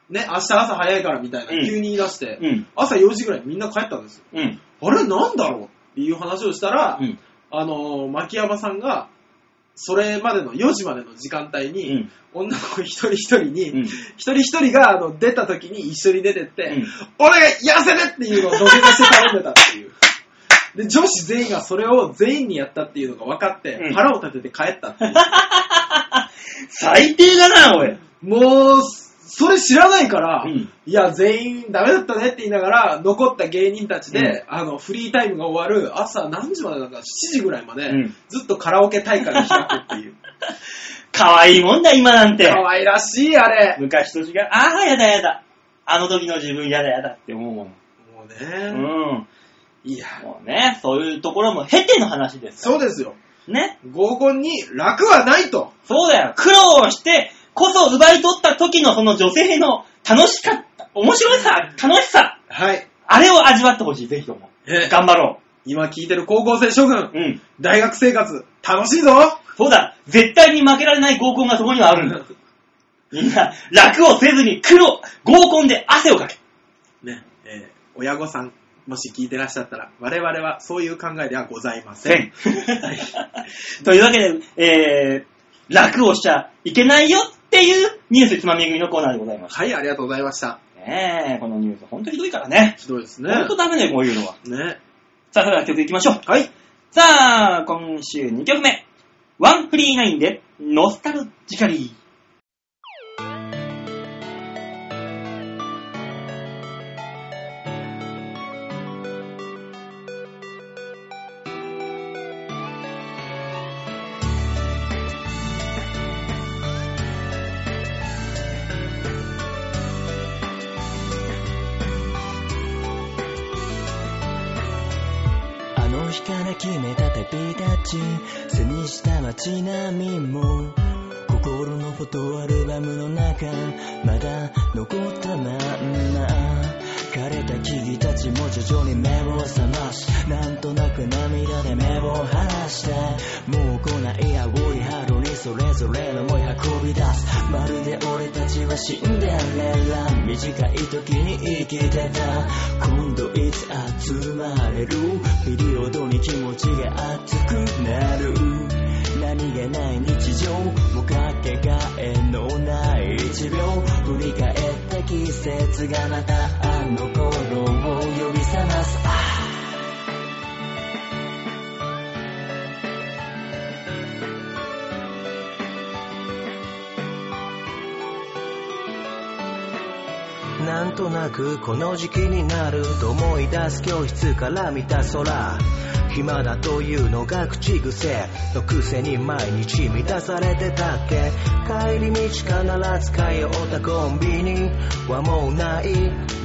Speaker 3: ね、明日朝早いからみたいな、
Speaker 2: うん
Speaker 3: 急に言い出して、
Speaker 2: うん。
Speaker 3: 朝4時ぐらいにみんな帰ったんですよ。
Speaker 2: うん。
Speaker 3: あれなんだろうっていう話をしたら、
Speaker 2: うん。
Speaker 3: あの、牧山さんが、それまでの4時までの時間帯
Speaker 2: う
Speaker 3: に、
Speaker 2: ん。
Speaker 3: 女の子一人一人に、
Speaker 2: うん
Speaker 3: 一人一人があの出た時に一緒に出てって、
Speaker 2: うん
Speaker 3: 俺が痩せてっていうのを土下座して頼んでたっ ていう。で、女子全員がそれを全員にやったっていうのが分かって、
Speaker 2: うん
Speaker 3: 腹を立てて帰ったっていう。
Speaker 2: 最低だな、おい。
Speaker 3: もう、それ知らないから、
Speaker 2: うん
Speaker 3: いや、全員ダメだったねって言いながら、残った芸人たちで、あの、フリータイムが終わる朝何時までだか7時ぐらいまで、
Speaker 2: うん
Speaker 3: ずっとカラオケ大会を開くって いう。
Speaker 2: かわいいもんだ、今なんて。
Speaker 3: 可愛らしい、あれ。
Speaker 2: 昔と違う。ああ、やだやだ。あの時の自分やだやだって思うもん。
Speaker 3: もうね、
Speaker 2: うん。
Speaker 3: いや、
Speaker 2: もうね、そういうところも経ての話ですから
Speaker 3: そうですよ。
Speaker 2: ね。
Speaker 3: 合コンに楽はないと。
Speaker 2: そうだよ。苦労をして、こそ奪い取った時のその女性の楽しかった、面白さ、楽しさ、
Speaker 3: はい。
Speaker 2: あれを味わってほしい、ぜひとも。
Speaker 3: え
Speaker 2: 頑張ろ
Speaker 3: 今聞いてる高校生諸君、
Speaker 2: う。うん。
Speaker 3: 大学生活、楽しいぞ
Speaker 2: そうだ、絶対に負けられない合コンがそこにはあるんだ。みんな、楽をせずに苦労、合コンで汗をかけ。
Speaker 3: ね、えー親御さん、もし聞いてらっしゃったら、我々はそういう考えではございません。
Speaker 2: というわけで、えー、楽をしちゃいけないよっていうニュースつまみ組のコーナーでございまし
Speaker 3: はい、ありがとうございました。
Speaker 2: た。ねえ、このニュース、ほんとひどいからね。
Speaker 3: ひどいですね。
Speaker 2: ほんとダメだよ、こういうのは。
Speaker 3: ね。
Speaker 2: さあ、それでは曲いきましょう。
Speaker 3: はい。
Speaker 2: さあ、今週2曲目。ワンフリーナインで、ノスタルジカリー。
Speaker 4: あの日から決めた旅立ち背にした街並みも心のフォトアルバムの中まだ残ったまんま枯れた木々たちも徐々に目を覚ましなんとなく涙で目を離してもう来ない青い春にそれぞれの思い運び出すまるで俺たちは死んでれら短い時に生きてた今度いつ集まれるピリオドに気持ちが熱くなる何気ない日常もかけがえのない一秒振り返った季節がまたあの頃を呼び覚ますああなんとなくこの時期になると思い出す教室から見た空暇だというのが口癖のくせに毎日満たされてたっけ帰り道必ず通ったコンビニはもうない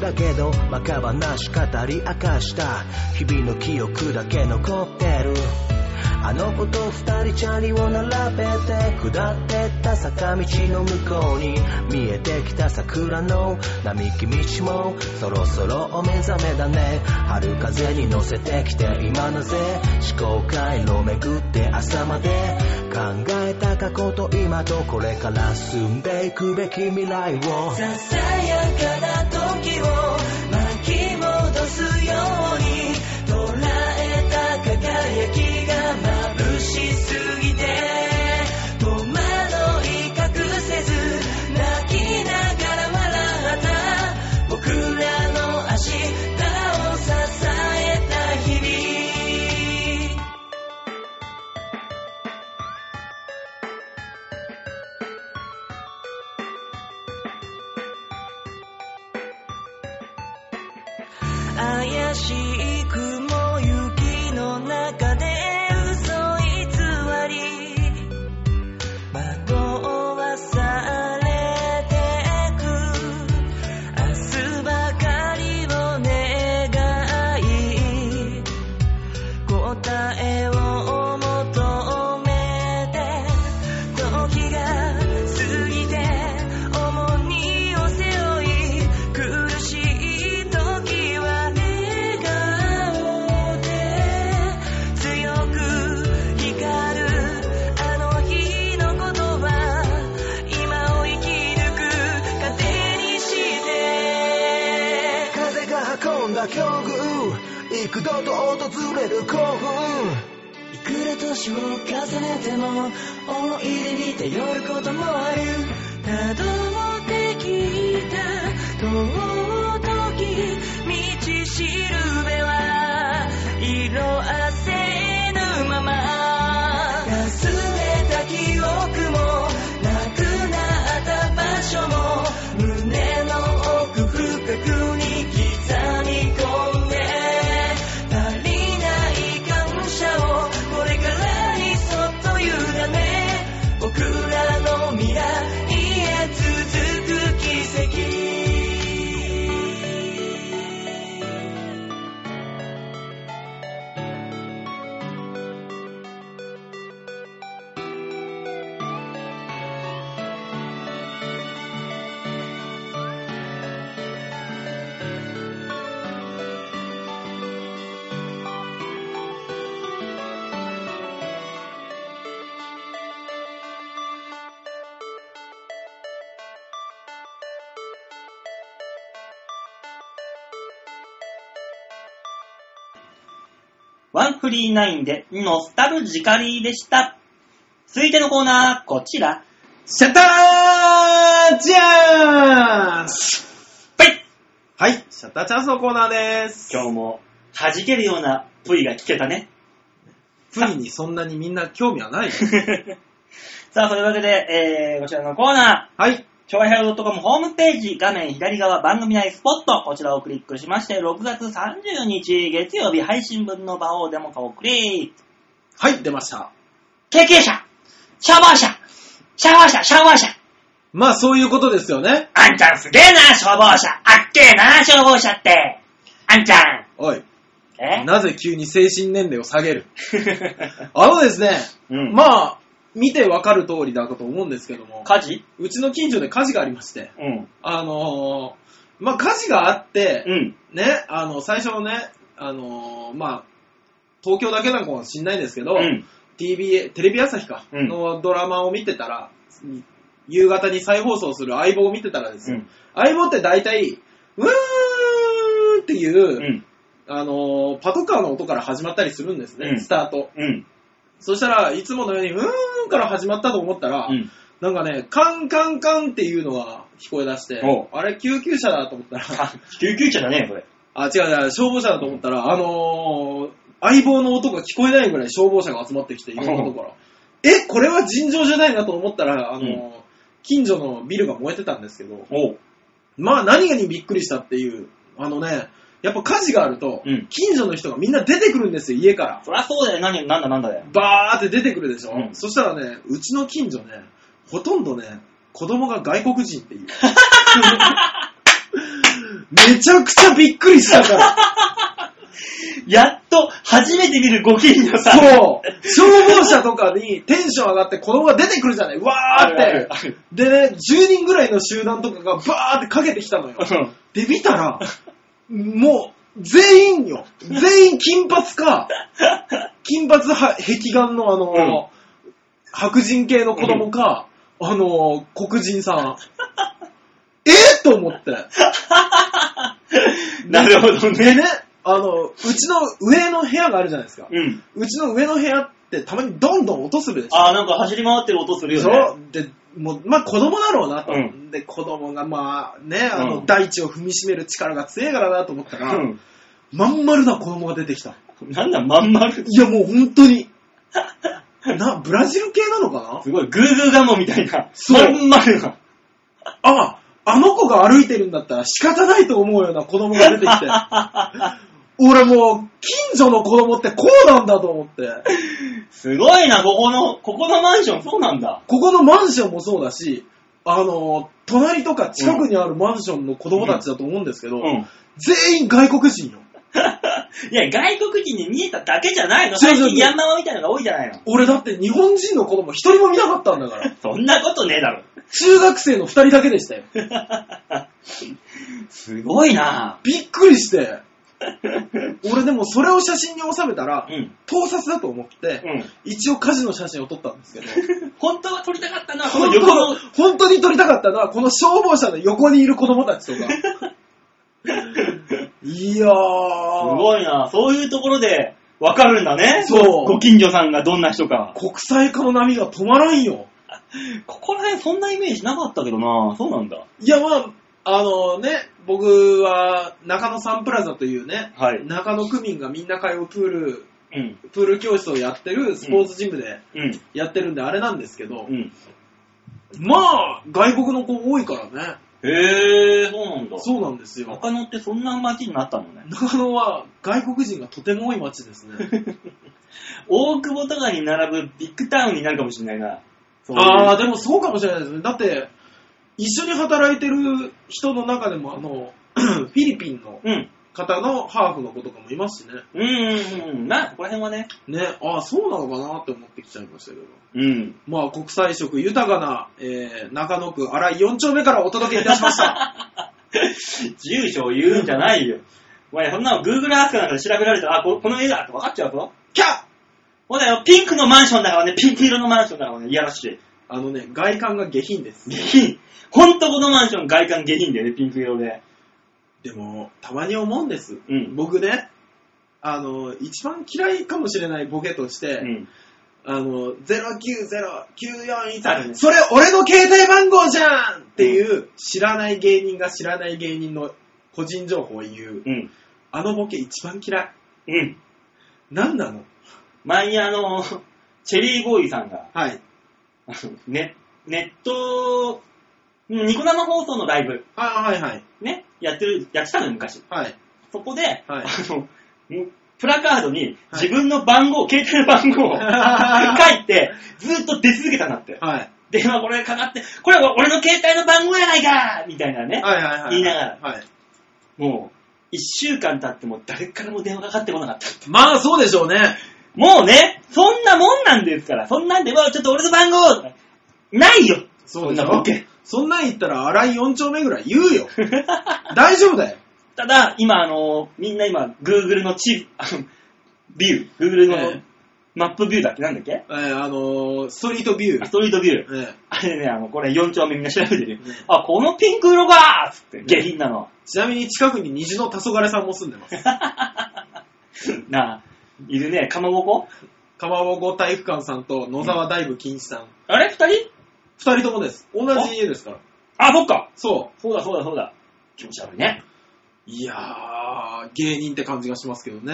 Speaker 4: だけどバカ話語り明かした日々の記憶だけ残ってるあの子と二人チャリを並べて下ってった坂道の向こうに見えてきた桜の並木道もそろそろお目覚めだね春風に乗せてきて今なぜ思考回路巡って朝まで考えた過去と今とこれから進んでいくべき未来をささやかな時を巻き戻すように捉えた輝きが眩しすぎて戸惑い隠せず泣きながら笑った僕らの明日を支えた日々悲しい雲行きの中で嘘偽り惑わされてく明日ばかりを願い答えを求めて時が過ぎて重荷を背負い苦しい時は笑顔で強く光るあの日の言葉今を生き抜く糧にして
Speaker 5: 風が運んだ境遇幾度と訪れる興奮
Speaker 4: いくら年を重ねても思い出に頼ることもある辿ってきた尊き道しるべは色あせぬままかめた記憶もなくなった場所も胸の奥深くに刻み込んで足りない感謝をこれからにそっと委ね僕らの未来へ続く奇跡
Speaker 2: ワンフリーナインで、ノスタルジカリーでした。続いてのコーナー、こちら。
Speaker 3: シャッターチャンス
Speaker 2: はい
Speaker 3: はい、シャッターチャンスのコーナーです。
Speaker 2: 今日も、弾けるような V が聞けたね。
Speaker 3: プリンにそんなにみんな興味はない よ。
Speaker 2: さあ、というわけで、えー、こちらのコーナー、
Speaker 3: はい、
Speaker 2: 超平洋 .com ホームページ、画面左側、番組内スポット、こちらをクリックしまして、6月30日、月曜日配信分の場をデモ化をクリック。
Speaker 3: はい、出ました。
Speaker 2: 経験者シャワー車シャワー車シャワー車
Speaker 3: まあそういうことですよね。
Speaker 2: あんちゃんすげえな、消防車あっけえな、消防車ってあんちゃん
Speaker 3: おい、
Speaker 2: え
Speaker 3: なぜ急に精神年齢を下げるあのですね、
Speaker 2: うん
Speaker 3: まあ、見てわかる通りだと思うんですけども、
Speaker 2: 火事
Speaker 3: うちの近所で火事がありまして、
Speaker 2: うん。
Speaker 3: あのー、まあ火事があって、
Speaker 2: うん。
Speaker 3: ね、あの、最初のね、あのーまあ、東京だけなのかもしんないですけ
Speaker 2: う
Speaker 3: ど、
Speaker 2: ん。
Speaker 3: TBA、テレビ朝日か、
Speaker 2: うん
Speaker 3: のドラマを見てたら、夕方に再放送する相棒を見てたらです
Speaker 2: う
Speaker 3: よ、
Speaker 2: ん。
Speaker 3: 相棒って大体、うーんっていうう、
Speaker 2: ん。
Speaker 3: あのーパトカーの音から始まったりするんですね、
Speaker 2: うん
Speaker 3: スタート。
Speaker 2: うん。
Speaker 3: そしたらいつものように、うーんから始まったと思ったら、
Speaker 2: うん。
Speaker 3: なんかね、カンカンカンっていうのが聞こえ出して
Speaker 2: おう、
Speaker 3: あれ救急車だと思ったら、
Speaker 2: あ救急車だね、これ。
Speaker 3: あ、違う違う、消防車だと思ったら、あのー、相棒の音が聞こえないぐらい消防車が集まってきて、いろんなところ。え、これは尋常じゃないなと思ったら、あのー
Speaker 2: う
Speaker 3: 近所のビルが燃えてたんですけど、
Speaker 2: おう。
Speaker 3: まあ何がにびっくりしたっていう、あのね、やっぱ火事があると、
Speaker 2: うん
Speaker 3: 近所の人がみんな出てくるんですよ、家から。
Speaker 2: そりゃそうだよ、何、なんだなんだだよ。
Speaker 3: バーって出てくるでしょ、
Speaker 2: うん
Speaker 3: そしたらね、うちの近所ね、ほとんどね、子供が外国人って いう。めちゃくちゃびっくりしたから。
Speaker 2: やっと、初めて見るご近所さん。
Speaker 3: そう消防車とかにテンション上がって子供が出てくるじゃないわーっ
Speaker 2: ある
Speaker 3: て
Speaker 2: ある
Speaker 3: でね、10人ぐらいの集団とかがバーってかけてきたのよ。
Speaker 2: うん
Speaker 3: で、見たら、もう、全員よ。全員金髪か、金髪は壁眼のあの、
Speaker 2: うん
Speaker 3: 白人系の子供か、あの、黒人さ ん。えー、と思って。
Speaker 2: なるほど
Speaker 3: で
Speaker 2: ね。
Speaker 3: ね、あの、うちの上の部屋があるじゃないですか。
Speaker 2: うん。
Speaker 3: うちの上の部屋ってたまにどんどん音するでしょ。
Speaker 2: あーなんか走り回ってる音する
Speaker 3: でし
Speaker 2: よね。
Speaker 3: ょで、もう、まあ子供だろうなと。
Speaker 2: うん
Speaker 3: で、子供がまあね、あ
Speaker 2: う
Speaker 3: の、
Speaker 2: ん
Speaker 3: 大地を踏みしめる力が強いからなと思ったら、
Speaker 2: うん。
Speaker 3: まん丸な子供が出てきた。
Speaker 2: なんだ、まん丸。
Speaker 3: いや、もう本当 に。な、ブラジル系なのか
Speaker 2: すごい、グーグーガモみたいな。
Speaker 3: そう
Speaker 2: まん丸が。
Speaker 3: な あ、あの子が歩いてるんだったら仕方ないと思うような子供が出てきて。俺もう、近所の子供ってこうなんだと思って。
Speaker 2: すごいな、ここの、ここのマンション、そうなんだ。
Speaker 3: ここのマンションもそうだし、あの、隣とか近くにあるマンションの子供たちだと思うんですけ
Speaker 2: う
Speaker 3: ど、
Speaker 2: ん。
Speaker 3: 全員外国人よ。
Speaker 2: いや、外国人に見えただけじゃないの。
Speaker 3: そう
Speaker 2: 最
Speaker 3: そうそう
Speaker 2: 近ヤンママみたいなのが多いじゃないの。
Speaker 3: 俺だって日本人の子供一人も見なかったんだから。
Speaker 2: そんなことねえだろ。
Speaker 3: 中学生の二人だけでしたよ。
Speaker 2: すごい な。
Speaker 3: びっくりして。俺でもそれを写真に収めたら
Speaker 2: う、ん。
Speaker 3: 盗撮だと思って、
Speaker 2: う
Speaker 3: 一応火事の写真を撮ったんですけど、
Speaker 2: ん。本当は撮りたかったの は、こ
Speaker 3: 本
Speaker 2: の
Speaker 3: 当
Speaker 2: 横の
Speaker 3: の、本当に撮りたかったのは、この消防車の横にいる子供たちと か。い
Speaker 2: す
Speaker 3: やー、
Speaker 2: ごいな。そういうところでわかるんだね。
Speaker 3: そう
Speaker 2: ご近所さんがどんな人か。
Speaker 3: 国際化の波が止まらんよ。
Speaker 2: ここら辺そんなイメージなかったけどな。そうなんだ。
Speaker 3: いや、まあ、あのね、僕は中野サンプラザというね、
Speaker 2: はい
Speaker 3: 中野区民がみんな通うプール、
Speaker 2: うん。
Speaker 3: プール教室をやってるスポーツジムで
Speaker 2: うん。
Speaker 3: やってるんであれなんですけど、
Speaker 2: うん。
Speaker 3: まあ、外国の子多いからね。
Speaker 2: へえ、そうなんだ。
Speaker 3: そうなんですよ。
Speaker 2: 中野ってそんな街になったのね。
Speaker 3: 中野は外国人がとても多い街で すね。
Speaker 2: 大久保とかに並ぶビッグタウンになるかもしれないな。
Speaker 3: ああ、
Speaker 2: あ、
Speaker 3: でもそうかもしれないですね。だって、一緒に働いてる人の中でも、あの、 フィリピンの
Speaker 2: うん。
Speaker 3: 方のハーフの子とかもいますしね。
Speaker 2: うんうんうん。な、ここら辺はね。
Speaker 3: ね、ああ、そうなのかなって思ってきちゃいましたけど。
Speaker 2: うん。
Speaker 3: まあ、国際色豊かな、えー、中野区荒井4丁目からお届けいたしま した。
Speaker 2: 住所を言うんじゃないよ。お前、そんなの Google アークなんかで調べられたら、あ、ここの家だって分かっちゃうぞ。
Speaker 3: キャッ
Speaker 2: そうだよ、ピンクのマンションだからね、ピンク色のマンションだからね、いやらしい。
Speaker 3: あのね、外観が下品です。
Speaker 2: 下品。ほんとこのマンション外観下品だよね、ピンク色で。
Speaker 3: でも、たまに思うんです。
Speaker 2: うん
Speaker 3: 僕ね、あの、一番嫌いかもしれないボケとして、
Speaker 2: うん。
Speaker 3: あの、
Speaker 2: ある
Speaker 3: 090943、
Speaker 2: ね
Speaker 3: それ俺の携帯番号じゃんっていう、知らない芸人が知らない芸人の個人情報を言う。
Speaker 2: うん。
Speaker 3: あのボケ一番嫌い。
Speaker 2: うん。
Speaker 3: 何なの
Speaker 2: 前にあの、チェリーボーイさんが、
Speaker 3: はい。
Speaker 2: あのね、ネット、うんニコ生放送のライブ、
Speaker 3: あはいはい。
Speaker 2: ね、やってる、やってたのよ昔。
Speaker 3: はい。
Speaker 2: そこで、
Speaker 3: はい
Speaker 2: あの、んプラカードに
Speaker 3: はい
Speaker 2: 自分の番号、携帯番号を 書いて、ずっと出続けたんだって。
Speaker 3: はい。
Speaker 2: 電話これかかって、これ俺の携帯の番号やないかみたいなね。
Speaker 3: はいはいはい。
Speaker 2: 言いながら
Speaker 3: はい。
Speaker 2: もう、一週間経っても誰からも電話かかってこなかった。
Speaker 3: まあそうでしょうね。
Speaker 2: もうね、そんなもんなんですから、そんなんで、もうちょっと俺の番号ないよ
Speaker 3: そ
Speaker 2: そん
Speaker 3: うでし
Speaker 2: な
Speaker 3: ょ
Speaker 2: ボケ。
Speaker 3: そんなん言ったら荒井4丁目ぐらい言うよ。 大丈夫だよ。
Speaker 2: ただ、今、あの、みんな今、Google の地図、あのビュー、Google
Speaker 3: え
Speaker 2: の
Speaker 3: え
Speaker 2: マップビューだっけなんだっけ
Speaker 3: えー、あのー、ストリートビュ
Speaker 2: あス
Speaker 3: ー。
Speaker 2: トリートビュー。
Speaker 3: えー
Speaker 2: あれね、あの、これ4丁目みんな調べてるよ
Speaker 3: ね。
Speaker 2: あ、このピンク色がーっつって、下品なの。
Speaker 3: ちなみに近くに虹の黄昏さんも住んで ます。
Speaker 2: なあ、いるね、かまぼこ
Speaker 3: かまぼこ体育館さんと野沢大部金一さん。
Speaker 2: あれ二人
Speaker 3: 二人ともです。同じ家ですから。
Speaker 2: あ、そっか。
Speaker 3: そ
Speaker 2: そうだそうだそうだ。気持ち悪いね。
Speaker 3: う。いやー、芸人って感じがしますけどね。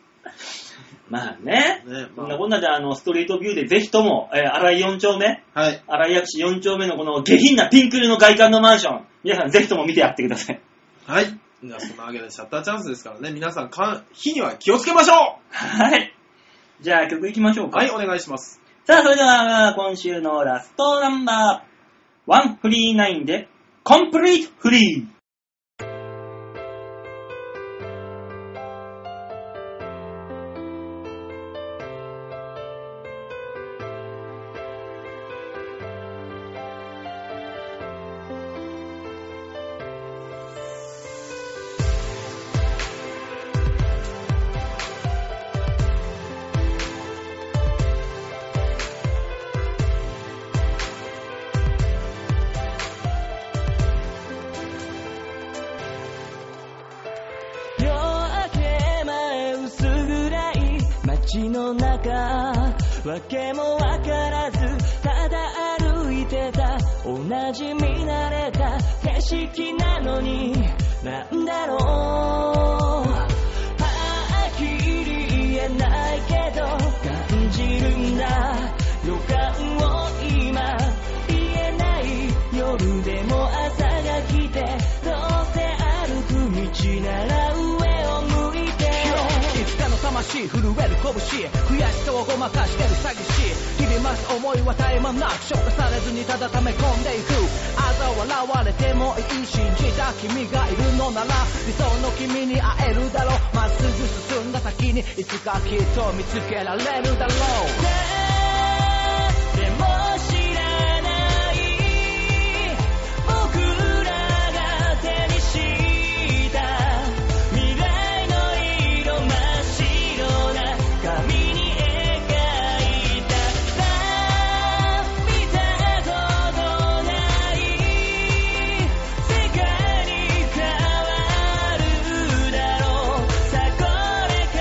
Speaker 2: まあね。
Speaker 3: ね
Speaker 2: そ
Speaker 3: ま
Speaker 2: んなこんなで、あの、ストリートビューでぜひとも、えー、荒井4丁目、
Speaker 3: あ、はい。
Speaker 2: 荒井薬師4丁目のこの下品なピンク色の外観のマンション、皆さんぜひとも見てやってください。
Speaker 3: はい。じゃあ、そんなわけでシャッターチャンスですからね。皆さん、か火には気をつけましょ
Speaker 2: はい。じゃあ曲いきましょう
Speaker 3: う
Speaker 2: か。
Speaker 3: はい、お願いします。
Speaker 2: さあ、それでは、今週のラストナンバー、139で、コンプリートフリー。
Speaker 1: 夜明け前薄暗い街の中わけもわからずただ歩いてた同じ見慣れた景色なのになんだろうはっきり言えないけど感じるんだ予感を今言えない夜でも朝が来てどうせ歩く道なら上を向
Speaker 4: 魂震える拳悔しさをごまかしてる詐欺師日々増す思いは絶え間なく消化されずにただ溜め込んでいく嘲笑われてもいい信じた君がいるのなら理想の君に会えるだろうまっすぐ進んだ先にいつかきっと見つけられるだろう
Speaker 1: でも知らない僕らが手にした未来の色真っ白な紙に描いたさ見たことない世界に変わるだろうさあこれから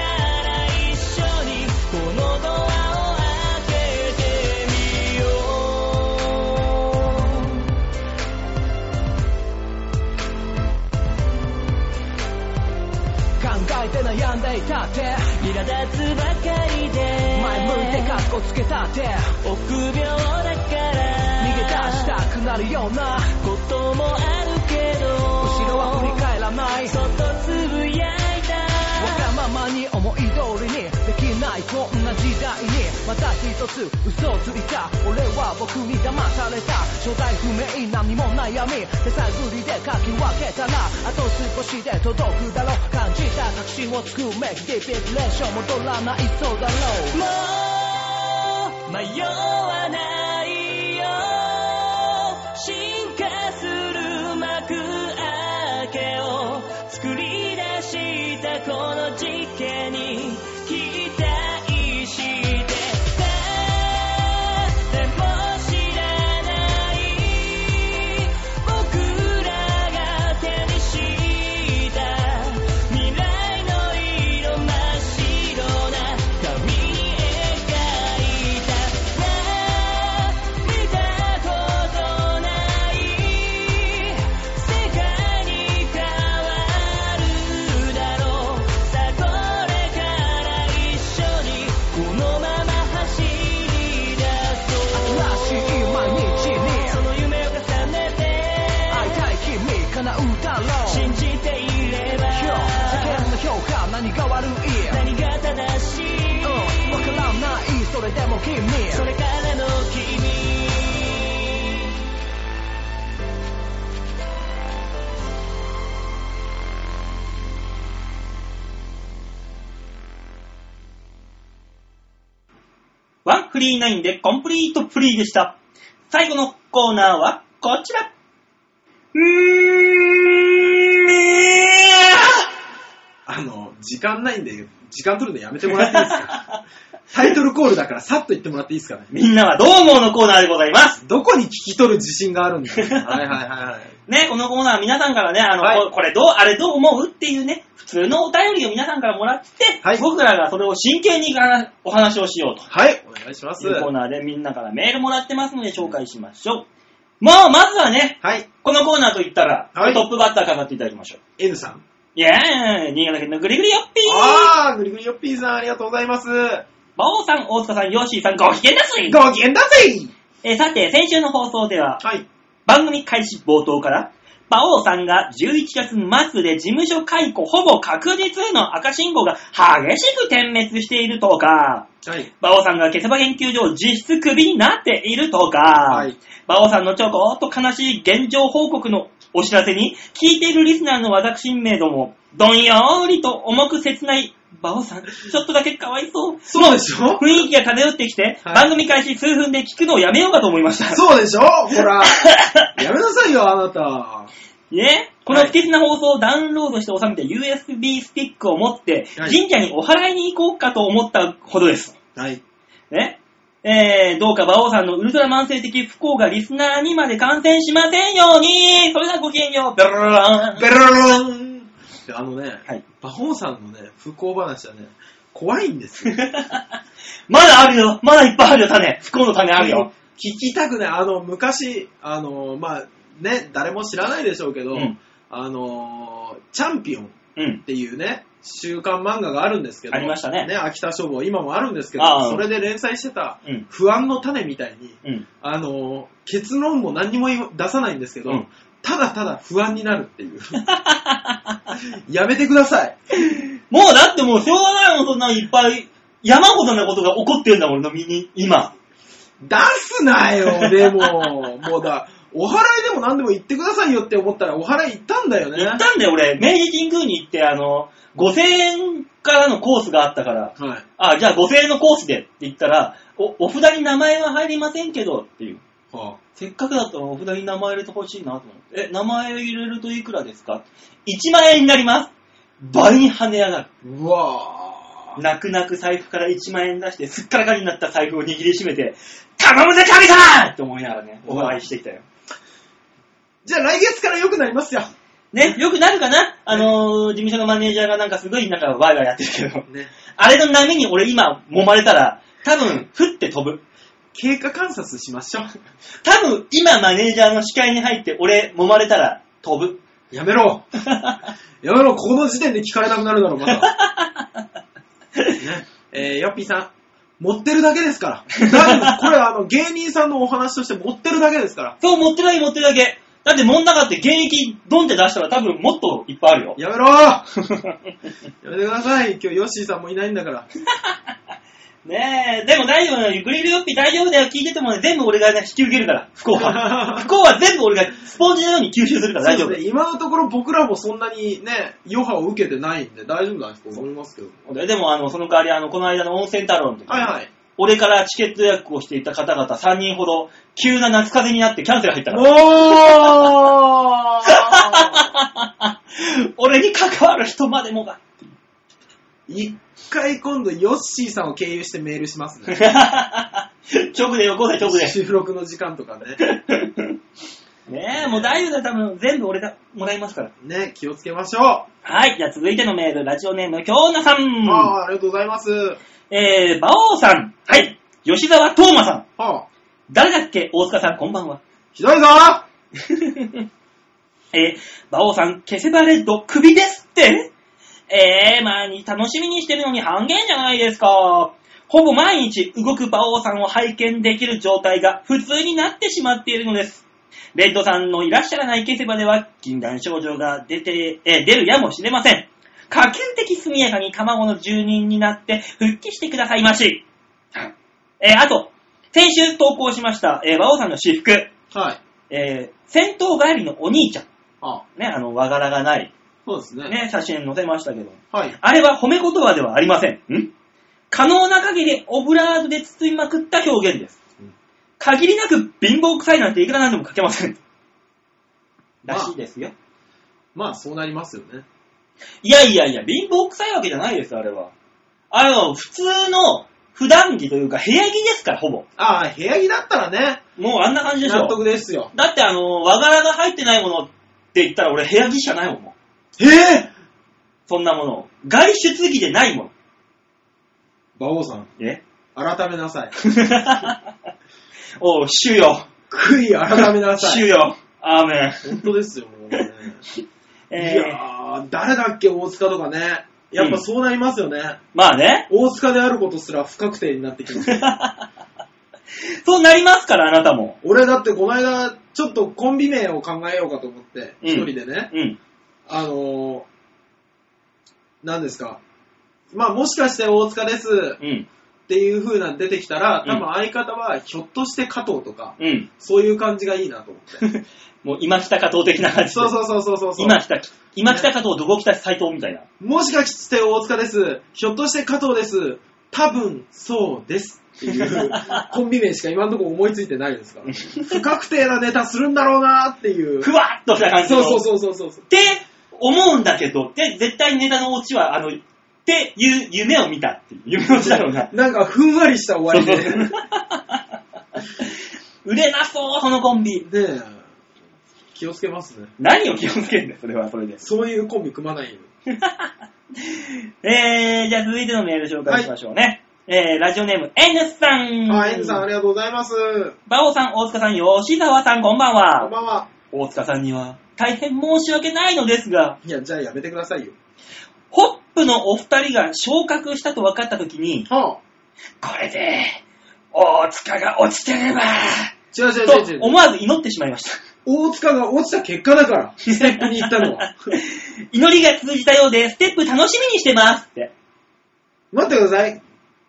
Speaker 1: 一緒にこのドアを開けてみよう
Speaker 4: 考えて悩んでいたって
Speaker 1: 苛立つばかりで
Speaker 4: 前向いてカッコつけたって逃げ
Speaker 1: 臆病だから
Speaker 4: 出したくなるような
Speaker 1: こともあるけど
Speaker 4: 後ろは振り返らない
Speaker 1: そっとつぶやいた
Speaker 4: わがままに思い通りにできないこんな時代にまた一つ嘘をついた俺は僕に騙された初代不明何も悩み手探りでかき分けたらあと少しで届くだろう感じた確信をつくめきディビッレーション戻らないそうだろう
Speaker 1: もう迷わないよ進化する幕開けを作り出したこの事件に期待して誰も知らない僕らが手にした未来の色真っ白な紙に描いたな見たことない世界に変わるだろうさあこれから一緒にこのまま走り出そう
Speaker 4: らしい毎日に
Speaker 1: その夢を重ねて
Speaker 4: 会いたい君叶うだろう
Speaker 1: 信じていれば
Speaker 4: 世間の評価何が悪いうん
Speaker 1: 何が正しい
Speaker 4: わからないそれでも君
Speaker 1: それからの君
Speaker 2: ワンフリーナインでコンプリートフリーでした。最後のコーナーはこちら。うーん、ね
Speaker 3: あの、時間ないんで、時間取るのやめてもらっていいですかタイトルコールだからさっと言ってもらっていいですかね
Speaker 2: ー みんなはどう思うのコーナーでございます。
Speaker 3: どこに聞き取る自信があるんだ はいはいはいはい。
Speaker 2: ね、このコーナーは皆さんからね、あの、
Speaker 3: はい
Speaker 2: ここれどう、あれどう思うっていうね、普通のお便りを皆さんからもらって、
Speaker 3: はい
Speaker 2: 僕らがそれを真剣にあお話をしようと
Speaker 3: はい、お願いします。
Speaker 2: いうコー
Speaker 3: は
Speaker 2: ナーでみんなからメールもらってますので紹介しましょう。まあ、まずはね、
Speaker 3: い、
Speaker 2: このコーナーといったら、
Speaker 3: はい
Speaker 2: トップバッター飾っていただきましょう。
Speaker 3: N さん。
Speaker 2: イェーイ新潟県のぐりぐりよっぴー
Speaker 3: あー、ぐりぐりよっぴーさん、ありがとうございます。
Speaker 2: 馬王さん、大塚さん、ヨッシーさん、ご機嫌だすい
Speaker 3: ご機嫌だぜ
Speaker 2: えーさて、先週の放送では、
Speaker 3: はい。
Speaker 2: 番組開始冒頭から、馬王さんが11月末で事務所解雇ほぼ確実への赤信号が激しく点滅しているとか、
Speaker 3: はい。
Speaker 2: 馬王さんがケセバ研究所を実質クビになっているとか、
Speaker 3: はい。
Speaker 2: 馬王さんのちょこっと悲しい現状報告のお知らせに、聞いているリスナーの私名ども、どんよーりと重く切ない、馬王さん、ちょっとだけかわいそう。
Speaker 3: そうでし ょ
Speaker 2: 雰囲気が漂ってきて、
Speaker 3: はい
Speaker 2: 番組開始数分で聞くのをやめようかと思いました。
Speaker 3: そうでしょほ ら。やめなさいよ、あなた。
Speaker 2: ね、この不潔な放送をダウンロードして収めて USB スティックを持って
Speaker 3: はい
Speaker 2: 神社にお祓いに行こうかと思ったほどです。
Speaker 3: はい。
Speaker 2: ね。えー、どうか馬王さんのウルトラ慢性的不幸がリスナーにまで感染しませんようにそれではごきげんようベロロロン
Speaker 3: ベロロロンであのね、
Speaker 2: はい
Speaker 3: 馬王さんのね、不幸話はね、怖いんですよ。
Speaker 2: まだあるよまだいっぱいあるよ種不幸の種あるよ、
Speaker 3: 聞きたくない。あの、昔、あの、まあ、ね、誰も知らないでしょうけど、
Speaker 2: うん
Speaker 3: あの、チャンピオン
Speaker 2: うん
Speaker 3: っ、ていうね、週刊漫画があるんですけど、
Speaker 2: ありましたね
Speaker 3: 秋田消防、今もあるんですけ
Speaker 2: ああ
Speaker 3: ど、それで連載してた
Speaker 2: うん、
Speaker 3: 不安の種みたいに、
Speaker 2: うん。
Speaker 3: あの、結論も何にも言い出さないんですけど、
Speaker 2: うん
Speaker 3: ただただ不安になるっていう。やめてください。
Speaker 2: もうだってもうしょうがないもん、そんなのいっぱい。山ほどなことが起こってんだもん、俺の身に、今。
Speaker 3: 出すなよ、でも。もうだ、お払いでも何でも言ってくださいよって思ったら、お払い行ったんだよね。
Speaker 2: 行ったんだよ、俺。明治神宮に行って、あの、5000円からのコースがあったから、
Speaker 3: はい。
Speaker 2: あ、じゃあ5000円のコースでって言ったら、お、お札に名前は入りませんけど、っていう。
Speaker 3: は
Speaker 2: せっかくだったらお札に名前入れてほしいなと思って。え、名前を入れるといくらですか ?1 万円になります倍に跳ね上がる。
Speaker 3: あ、うわ
Speaker 2: 泣く泣く財布から1万円出して、すっからかになった財布を握りしめて、頼むぜ神様って思いながらね、お会いしてきたよ。
Speaker 3: じゃあ来月から良くなりますよ。
Speaker 2: ね、よくなるかなあのー、事務所のマネージャーがなんかすごいなんかワイワイやってるけど、
Speaker 3: ね。
Speaker 2: あれの波に俺今揉まれたら、多分、ふって飛ぶ。
Speaker 3: 経過観察しましょう。
Speaker 2: 多分、今マネージャーの視界に入って俺揉まれたら飛ぶ。
Speaker 3: やめ ろ。やめろ、この時点で聞かれなくなるだろ、まだ。 ね、えー、ヨッピーさん、持ってるだけですから。なんこれあの、芸人さんのお話として持ってるだけですから。
Speaker 2: そう、持ってない持ってるだけ。だって、もんなかって現役ドンって出したら多分もっといっぱいあるよ。
Speaker 3: やめ ろやめてください。今日ヨッシーさんもいないんだから。
Speaker 2: ねえ、でも大丈夫だよ。ゆくりるよっぴ大丈夫だよ。聞いててもね、全部俺がね、引き受けるから、福 岡。福岡は全部俺がスポンジのように吸収するから大丈
Speaker 3: そ
Speaker 2: 夫。
Speaker 3: うですね、今のところ僕らもそんなにね、余波を受けてないんで大丈夫なんですと思いますけど。
Speaker 2: ででも、あの、その代わり、あの、この間の温泉太郎の時、
Speaker 3: はいはい。
Speaker 2: 俺からチケット予約をしていた方々3人ほど、急な夏風邪になってキャンセル入ったから。
Speaker 3: おー
Speaker 2: 俺に関わる人までもが。
Speaker 3: 一回今度ヨッシーさんを経由してメールしますね。
Speaker 2: 直でよこせ、直で。
Speaker 3: 収録の時間とかね。
Speaker 2: ねえ、もう大丈夫だよ。多分、全部俺がもらいますから。
Speaker 3: ね、気をつけましょ
Speaker 2: はい、じゃあ続いてのメール、ラジオネーム、京奈さ
Speaker 3: う。
Speaker 2: ん。
Speaker 3: ああ、ありがとうございます。
Speaker 2: えー、馬王さん。はい。吉沢東馬さん。
Speaker 3: はあ、
Speaker 2: 誰だっけ大塚さん、こんばんは。
Speaker 3: ひどいぞ
Speaker 2: えー、馬王さん、消せばレッド、クビですってえー、毎日楽しみにしてるのに半減じゃないですか。ほぼ毎日動く馬王さんを拝見できる状態が普通になってしまっているのです。レッドさんのいらっしゃらない消せばでは、禁断症状が出て、えー出るやもしれません。可及的速やかに卵の住人になって復帰してくださいまし。えー、あと、先週投稿しました、えー、馬王さんの私服。
Speaker 3: はい。
Speaker 2: えー戦闘帰りのお兄ちゃん、
Speaker 3: ああ
Speaker 2: ね、あの、和柄がない、
Speaker 3: そうですね。
Speaker 2: ね、写真載せましたけど、
Speaker 3: はい。
Speaker 2: あれは褒め言葉ではありません。ん可能な限りオブラードで包みまくった表現です
Speaker 3: うん。
Speaker 2: 限りなく貧乏臭いなんていくらなんでも書けません。
Speaker 3: ま
Speaker 2: ら
Speaker 3: あ
Speaker 2: しいですよ。
Speaker 3: まあ、そうなりますよね。
Speaker 2: いやいやいや、貧乏臭いわけじゃないです、あれは。あれは普通の普段着というか部屋着ですから、ほぼ。
Speaker 3: ああ、部屋着だったらね、
Speaker 2: もうあんな感じでしょ
Speaker 3: 納。得ですよ。
Speaker 2: だってあの、和柄が入ってないものって言ったら俺部屋着しかないもん。もう
Speaker 3: ええ
Speaker 2: そんなもの。外出着でないもん。
Speaker 3: 馬王さん、
Speaker 2: え
Speaker 3: 改めな さい。
Speaker 2: おう、主よ。
Speaker 3: 悔い改めなさ
Speaker 2: 主
Speaker 3: い。
Speaker 2: よ。アーメン。
Speaker 3: 本当ですよ、もう ね。い
Speaker 2: えー、
Speaker 3: やー、誰だっけ、大塚とかね。やっぱそうなりますよね。
Speaker 2: まあね。
Speaker 3: 大塚であることすら不確定になってきます。
Speaker 2: そうなりますから、あなたも。
Speaker 3: 俺だってこの間、ちょっとコンビ名を考えようかと思って、
Speaker 2: うん
Speaker 3: 一人でね、
Speaker 2: うん。
Speaker 3: あのー、何ですか。まあもしかして大塚です
Speaker 2: うん。
Speaker 3: っていう風なの出てきたら、
Speaker 2: うん
Speaker 3: 多分相方はひょっとして加藤とか、
Speaker 2: うん。
Speaker 3: そういう感じがいいなと思って。
Speaker 2: もう、今北加藤的な感じで。
Speaker 3: そうそうそうそうそうそう。
Speaker 2: 今北、今北加藤、どこ北斎藤みたいな。
Speaker 3: もしかして大塚です。ひょっとして加藤です。多分、そうです。っていうコンビ名しか今のところ思いついてないです から。不確定なネタするんだろうなっていう。
Speaker 2: ふわっとした感じ
Speaker 3: そ
Speaker 2: の。
Speaker 3: うそうそうそうそ
Speaker 2: っ
Speaker 3: う。
Speaker 2: て思うんだけど、で、絶対ネタのオチは、あの、っていう夢を見たっていう。夢のオチだろうな。
Speaker 3: なんかふんわりした終わりで。ね
Speaker 2: 売れなそう、そのコンビ。
Speaker 3: え、気をつけますね。
Speaker 2: 何を気をつけんだよ、それは、それで。
Speaker 3: そういうコンビ組まないよ。
Speaker 2: えー、じゃあ続いてのメール紹介しましょうね。えー、ラジオネーム、N さん。
Speaker 3: あ、エンさんありがとうございます。
Speaker 2: バオさん、大塚さん、吉沢さん、こんばん
Speaker 3: こん
Speaker 2: は。
Speaker 3: ばんは。
Speaker 2: 大塚さんには、大変申し訳ないのですが、
Speaker 3: いや、じゃあやめてくださいよ。
Speaker 2: ホップのお二人が昇格したと分かったときに、
Speaker 3: はあ。
Speaker 2: これで、大塚が落ちてれば、
Speaker 3: 違う違う違う違
Speaker 2: と
Speaker 3: う。
Speaker 2: 思わず祈ってしまいました。
Speaker 3: 大塚が落ちた結果だから、ステップに行ったのは。
Speaker 2: 祈りが通じたようで、ステップ楽しみにしてますって。
Speaker 3: 待ってください。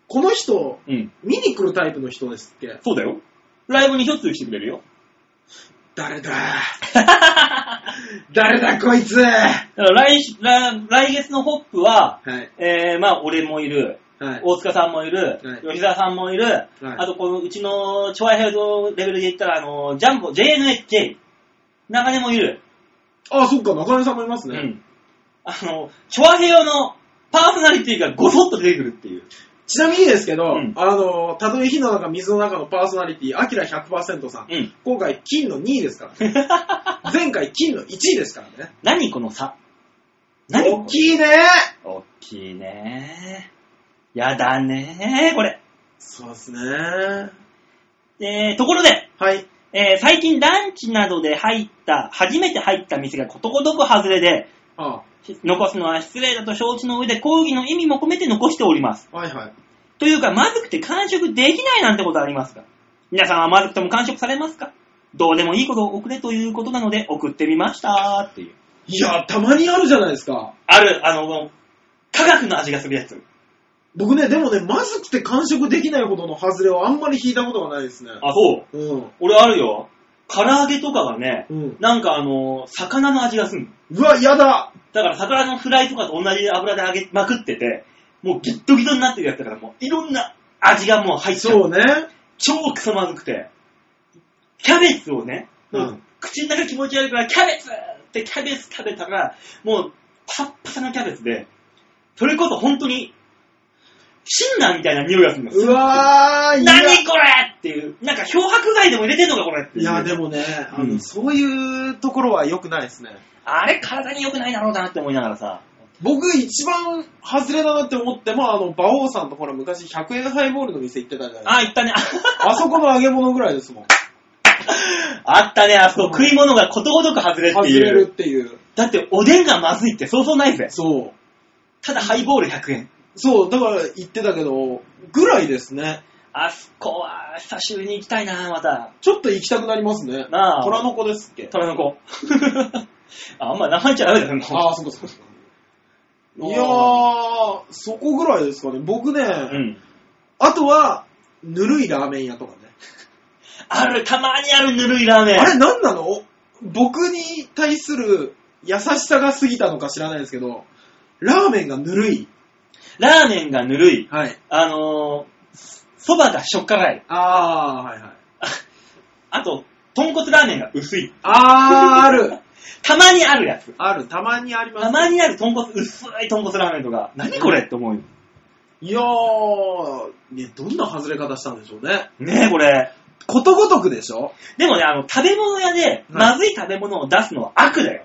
Speaker 3: この人、
Speaker 2: うん。
Speaker 3: 見に来るタイプの人ですっけ
Speaker 2: そうだよ。ライブに一つ来てくれるよ。
Speaker 3: 誰 だ誰だこいつは
Speaker 2: だから来し来来月のホップは、
Speaker 3: い。
Speaker 2: えー、まあ、俺もいる、
Speaker 3: はい。
Speaker 2: 大塚さんもいる、
Speaker 3: はい
Speaker 2: 吉沢さんもいる、あとこのうちの超愛平のレベルで言ったら、あの、ジャンボ、JNHJ、中根もいる。
Speaker 3: あ、そっか、中根さんもいます
Speaker 2: う
Speaker 3: ね。
Speaker 2: ん。あの、超愛平のパーソナリティがごそっと出てくるっていう。
Speaker 3: ちなみにですけど、
Speaker 2: うん
Speaker 3: あの、たとえ火の中、水の中のパーソナリティ、アキラ100%さん、
Speaker 2: うん。
Speaker 3: 今回金の2位ですからね。前回金の1位ですからね。
Speaker 2: 何この差何
Speaker 3: 大きいね
Speaker 2: 大きいねやだねこれ。
Speaker 3: そうですね。は
Speaker 2: えー、ところで、
Speaker 3: い。
Speaker 2: えー最近ランチなどで入った、初めて入った店がことごとく外れで、
Speaker 3: あ
Speaker 2: 残すのは失礼だと承知の上で抗議の意味も込めて残しております。
Speaker 3: はいはい。
Speaker 2: というか、まずくて完食できないなんてことありますか皆さんはまずくても完食されますかどうでもいいことを送れということなので送ってみましたっていう。
Speaker 3: いや、たまにあるじゃないですか。
Speaker 2: ある、あの、科学の味がするやつ。
Speaker 3: 僕ね、でもね、まずくて完食できないほどの外れをあんまり引いたことがないですね。
Speaker 2: あ、そう。
Speaker 3: うん。
Speaker 2: 俺あるよ。唐揚げとかがね、
Speaker 3: うん。
Speaker 2: なんかあの、魚の味がするの。
Speaker 3: うわ、やだ
Speaker 2: だから魚のフライとかと同じ油で揚げまくってて、もうギットギトになってるやつだから、もういろんな味がもう入っちゃう。
Speaker 3: そうね。
Speaker 2: 超クソまずくて。キャベツをね、
Speaker 3: うん
Speaker 2: 口の中気持ち悪いから、キャベツってキャベツ食べたら、もうパッパサなキャベツで、それこそ本当に、シンナーみたいな匂いがするんです
Speaker 3: うわー、いや
Speaker 2: 何これっていう、なんか漂白剤でも入れてんのかこれっていう。
Speaker 3: いや、でもね、あの
Speaker 2: うん
Speaker 3: そういうところは良くないですね。
Speaker 2: あれ体に良くないだろうなって思いながらさ。
Speaker 3: 僕一番外れだなって思っても、あの、馬王さんとほら昔100円ハイボールの店行ってたじゃないですか。
Speaker 2: あ、行ったね。
Speaker 3: あそこの揚げ物ぐらいです もん。
Speaker 2: あったね、あそこ
Speaker 3: うん
Speaker 2: 食い物がことごとく外れって
Speaker 3: 外れ
Speaker 2: い
Speaker 3: るっ
Speaker 2: う。
Speaker 3: ていう。
Speaker 2: だっておでんがまずいってそうそうないぜ。
Speaker 3: そう。
Speaker 2: ただハイボール100円。
Speaker 3: そう、だから言ってたけど、ぐらいですね。
Speaker 2: あそこは久しぶりに行きたいな、また。
Speaker 3: ちょっと行きたくなりますね。
Speaker 2: なあ
Speaker 3: 虎の子ですっけ
Speaker 2: 虎の子。 あ、あんま名前言っちゃダメだよ、
Speaker 3: ああ、そうかそうか。いやー、そこぐらいですかね。僕ね、
Speaker 2: うん。
Speaker 3: あとは、ぬるいラーメン屋とかね。
Speaker 2: ある、たまにあるぬるいラーメン。
Speaker 3: あれ何なの僕に対する優しさが過ぎたのか知らないですけど、ラーメンがぬるい。
Speaker 2: ラーメンがぬるい。
Speaker 3: はい。
Speaker 2: あのー、そばがしょっからい。
Speaker 3: あー、はいはい。
Speaker 2: あと、豚骨ラーメンが薄い。
Speaker 3: あー、ある。
Speaker 2: たまにあるやつ。
Speaker 3: ある。たまにあります。
Speaker 2: たまにある豚骨、薄い豚骨ラーメンとか、何これって思うよ。
Speaker 3: いやー、ね、どんな外れ方したんでしょうね。
Speaker 2: ねえ、これ。
Speaker 3: ことごとくでしょ
Speaker 2: でもね、あの、食べ物屋で、まずい食べ物を出すのは悪だよ。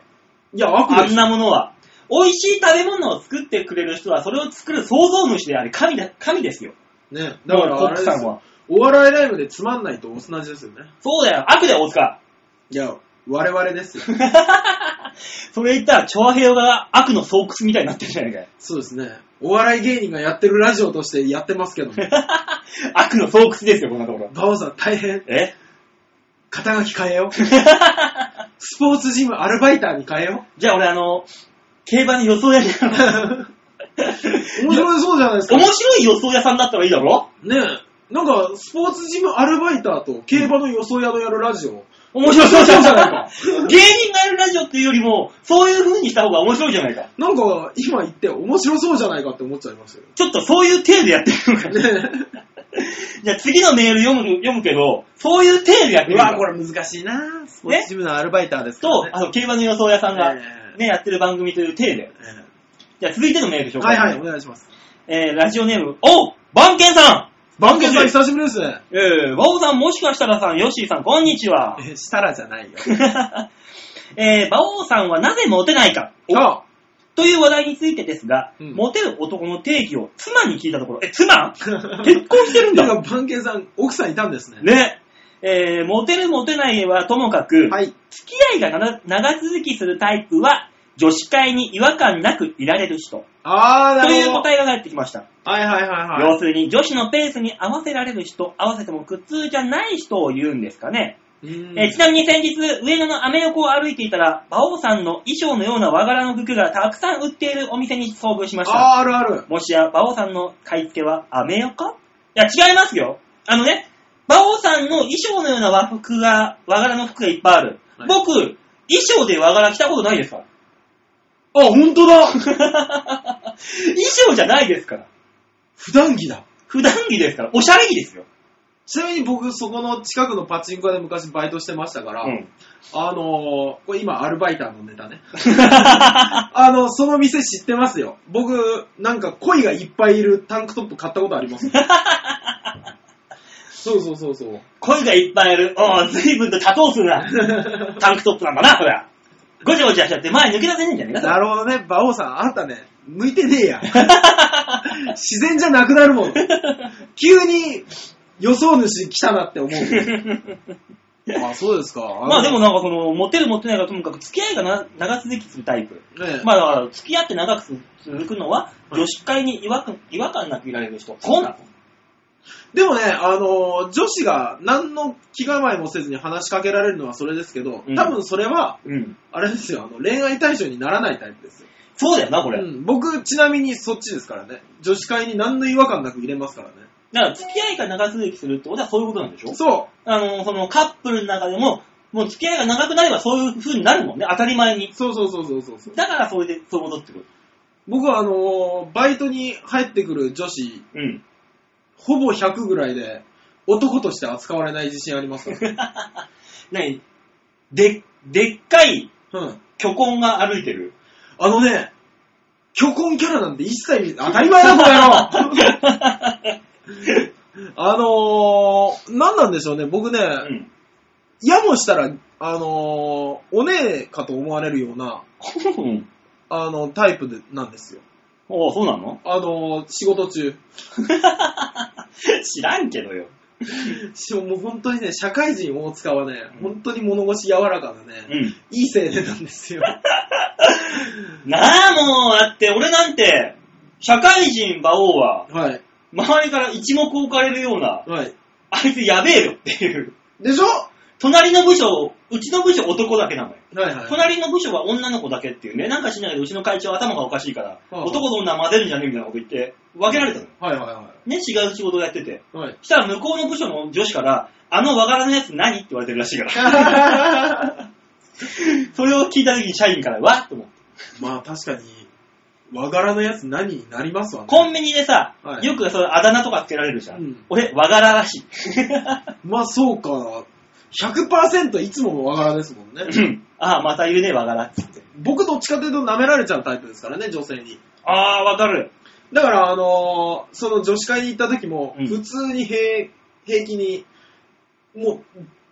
Speaker 3: いや、悪
Speaker 2: あん
Speaker 3: でしょ
Speaker 2: なものは。美味しい食べ物を作ってくれる人は、それを作る創造主であり、神だ、神ですよ。
Speaker 3: ね、だから
Speaker 2: コ
Speaker 3: あ
Speaker 2: ッ
Speaker 3: れ
Speaker 2: ク
Speaker 3: です
Speaker 2: さん
Speaker 3: よ
Speaker 2: は。
Speaker 3: お笑いライブでつまんないと同じですよね。
Speaker 2: そうだよ、悪だよ、大塚。
Speaker 3: いや、我々です よ。
Speaker 2: それ言ったら、チョアヘヨが悪の巣窟みたいになってるじゃないか よ。
Speaker 3: そうですね。お笑い芸人がやってるラジオとしてやってま すけども。
Speaker 2: 悪の巣窟ですよ、こんなところ。
Speaker 3: バオさん大変。
Speaker 2: え
Speaker 3: 肩書き変 えよう。スポーツジムアルバイターに変えよ
Speaker 2: じゃあ俺、あの、競馬の予想屋に。
Speaker 3: う。 面白いそうじゃないですか。
Speaker 2: 面白い予想屋さんだったらいいだろ
Speaker 3: ねえ。なんか、スポーツジムアルバイターと競馬の予想屋のやるラジオ。
Speaker 2: 面白そうじゃ
Speaker 3: 面白そうじゃ
Speaker 2: な
Speaker 3: ないい
Speaker 2: か
Speaker 3: か。
Speaker 2: 芸人がやるラジオっていうよりも、そういう風にした方が面白いじゃないか。
Speaker 3: なんか、今言って面白そうじゃないかって思っちゃいまし
Speaker 2: ちょっとそういう体でやってみようか。
Speaker 3: たよ。ね
Speaker 2: じゃあ次のメール読む読むけど、そういう体でやっ
Speaker 3: え。
Speaker 2: てみようか。
Speaker 3: れ難しいなス
Speaker 2: ポーツジ
Speaker 3: ムのアルバイターです
Speaker 2: と、あの、競馬の予想屋さんが、ね
Speaker 3: え、え
Speaker 2: やってる番組という体で。じゃあ続いてのメール紹
Speaker 3: は
Speaker 2: 介。
Speaker 3: いはい、お願いします。
Speaker 2: えー、ラジオネーム、お番犬さん
Speaker 3: 番犬さん久しぶりですね。
Speaker 2: えー、バオさん、もしかしたらさん、ヨッシーさん、こんにちは。
Speaker 3: え、したらじゃないよ。
Speaker 2: えー、バオさんはなぜモテないか
Speaker 3: あ
Speaker 2: という話題についてですが、
Speaker 3: うん
Speaker 2: モテる男の定義を妻に聞いたところ、え、妻結婚してるん
Speaker 3: て
Speaker 2: だ
Speaker 3: か、。番犬さん、奥さんいたんですね。
Speaker 2: ね。えー、モテるモテないはともかく、
Speaker 3: はい。
Speaker 2: 付き合いが長長続きするタイプは、女子会に違和感なくいられる人。
Speaker 3: あー、な
Speaker 2: とい
Speaker 3: る
Speaker 2: う
Speaker 3: ほど。
Speaker 2: 答えが返ってきました。
Speaker 3: はいはいはいは
Speaker 2: 要
Speaker 3: い。
Speaker 2: するに、女子のペースに合わせられる人、合わせても苦痛じゃない人を言うんですかね。
Speaker 3: うん
Speaker 2: えーちなみに先日、上野のアメ横を歩いていたら、馬王さんの衣装のような和柄の服がたくさん売っているお店に遭遇しました。
Speaker 3: あー、あるある。
Speaker 2: もしや、馬王さんの買い付けはアメ横いや、違いますよ。あのね、馬王さんの衣装のような和服が、和柄の服がいっぱいある。
Speaker 3: はい
Speaker 2: 僕、衣装で和柄着たことないですから。
Speaker 3: あ、本 当だ
Speaker 2: 衣装じゃないですから。
Speaker 3: 普段着だ。
Speaker 2: 普段着ですから。おしゃれ着ですよ。
Speaker 3: ちなみに僕、そこの近くのパチンコ屋で昔バイトしてましたから、
Speaker 2: うん。
Speaker 3: あのー、これ今アルバイターのネ タね。あの、その店知ってますよ。僕、なんか恋がいっぱいいるタンクトップ買ったことあり ます。そうそうそうそう。
Speaker 2: 声がいっぱいいる。おずいぶんと多頭数 なタンクトップなんだな、これは。ごちゃごちゃしちゃって前抜け出せねえんじゃねえか。
Speaker 3: なるほどね、馬王さん、あなたね、向いてねえや。自然じゃなくな るもん。急に予想主来たなって思 う。あ、そうですか。
Speaker 2: まあでもなんかその、モテるモテないがともかく付き合いがな長続きするタイプ。
Speaker 3: ね、
Speaker 2: まあだから、付き合って長く続くのは、女子会に違和感違和感なくいられる人。そんな
Speaker 3: でもね、あの女子が何の気構えもせずに話しかけられるのはそれですけど、
Speaker 2: うん
Speaker 3: 多分それは、
Speaker 2: うん。
Speaker 3: あれですよ、あの恋愛対象にならないタイプですよ。
Speaker 2: そうだよな、これ。
Speaker 3: うん、僕、ちなみにそっちですからね。女子会に何の違和感なく入れますからね。
Speaker 2: だから、付き合いが長続きするってことはそういうことなんでしょ
Speaker 3: そ
Speaker 2: あの、そのカップルの中でも、もう付き合いが長くなればそういう風になるもんね、当たり前に
Speaker 3: う。。そうそうそうそうそうそう。
Speaker 2: だから、それで、そう戻ってくる。
Speaker 3: 僕はあのーバイトに入ってくる女子、
Speaker 2: うん。
Speaker 3: ほぼ100ぐらいで、男として扱われない自信ありますから。
Speaker 2: 何で、でっかい
Speaker 3: うん。
Speaker 2: 巨根が歩いてる。
Speaker 3: あのね、虚婚キャラなんて一切見、当たり前だ、この野郎あのー、何なんでしょうね、僕ね、
Speaker 2: うん。
Speaker 3: やもしたら、あのー、お姉かと思われるような、 あの、タイプでなんですよ。
Speaker 2: おうそうなの
Speaker 3: あのー、仕事中。
Speaker 2: 知らんけどよ。
Speaker 3: しももう本当にね、社会人大塚はね、本当に物腰柔らかな
Speaker 2: う
Speaker 3: ね、
Speaker 2: ん。
Speaker 3: いい青年なんで すよ。
Speaker 2: なあ、もう、だって、俺なんて、社会人馬王は、
Speaker 3: はい。
Speaker 2: 周りから一目置かれるような、
Speaker 3: はい。
Speaker 2: あいつやべえよっていう。
Speaker 3: でしょは
Speaker 2: 隣の部署、うちの部署男だけなのよ。
Speaker 3: いはい。
Speaker 2: 隣の部署は女の子だけっていうね、なんかしないけどうちの会長頭がおかしいから、
Speaker 3: ああ
Speaker 2: 男と女混ぜるんじゃねえみたいなこと言って、分けられたのよ。
Speaker 3: はいは
Speaker 2: ね、違う仕事をやってて。
Speaker 3: いはい。 はい。
Speaker 2: したら向こうの部署の女子から、あの和柄のやつ何って言われてるらしい から。それを聞いた時に社員から、わっと思って。
Speaker 3: まあ確かに、和柄のやつ何になりますわね。
Speaker 2: コンビニでさ、
Speaker 3: はい
Speaker 2: よくそのあだ名とかつけられるじゃん。
Speaker 3: うん
Speaker 2: 俺、和柄らし い。
Speaker 3: まあそうか。100%いつもの和柄ですもんね。
Speaker 2: ああ、またいるね、和柄っつって。
Speaker 3: 僕どっちかというと舐められちゃうタイプですからね、女性に。
Speaker 2: ああ、わかる。
Speaker 3: だから、あのーその女子会に行った時も、
Speaker 2: うん
Speaker 3: 普通に平平気に、も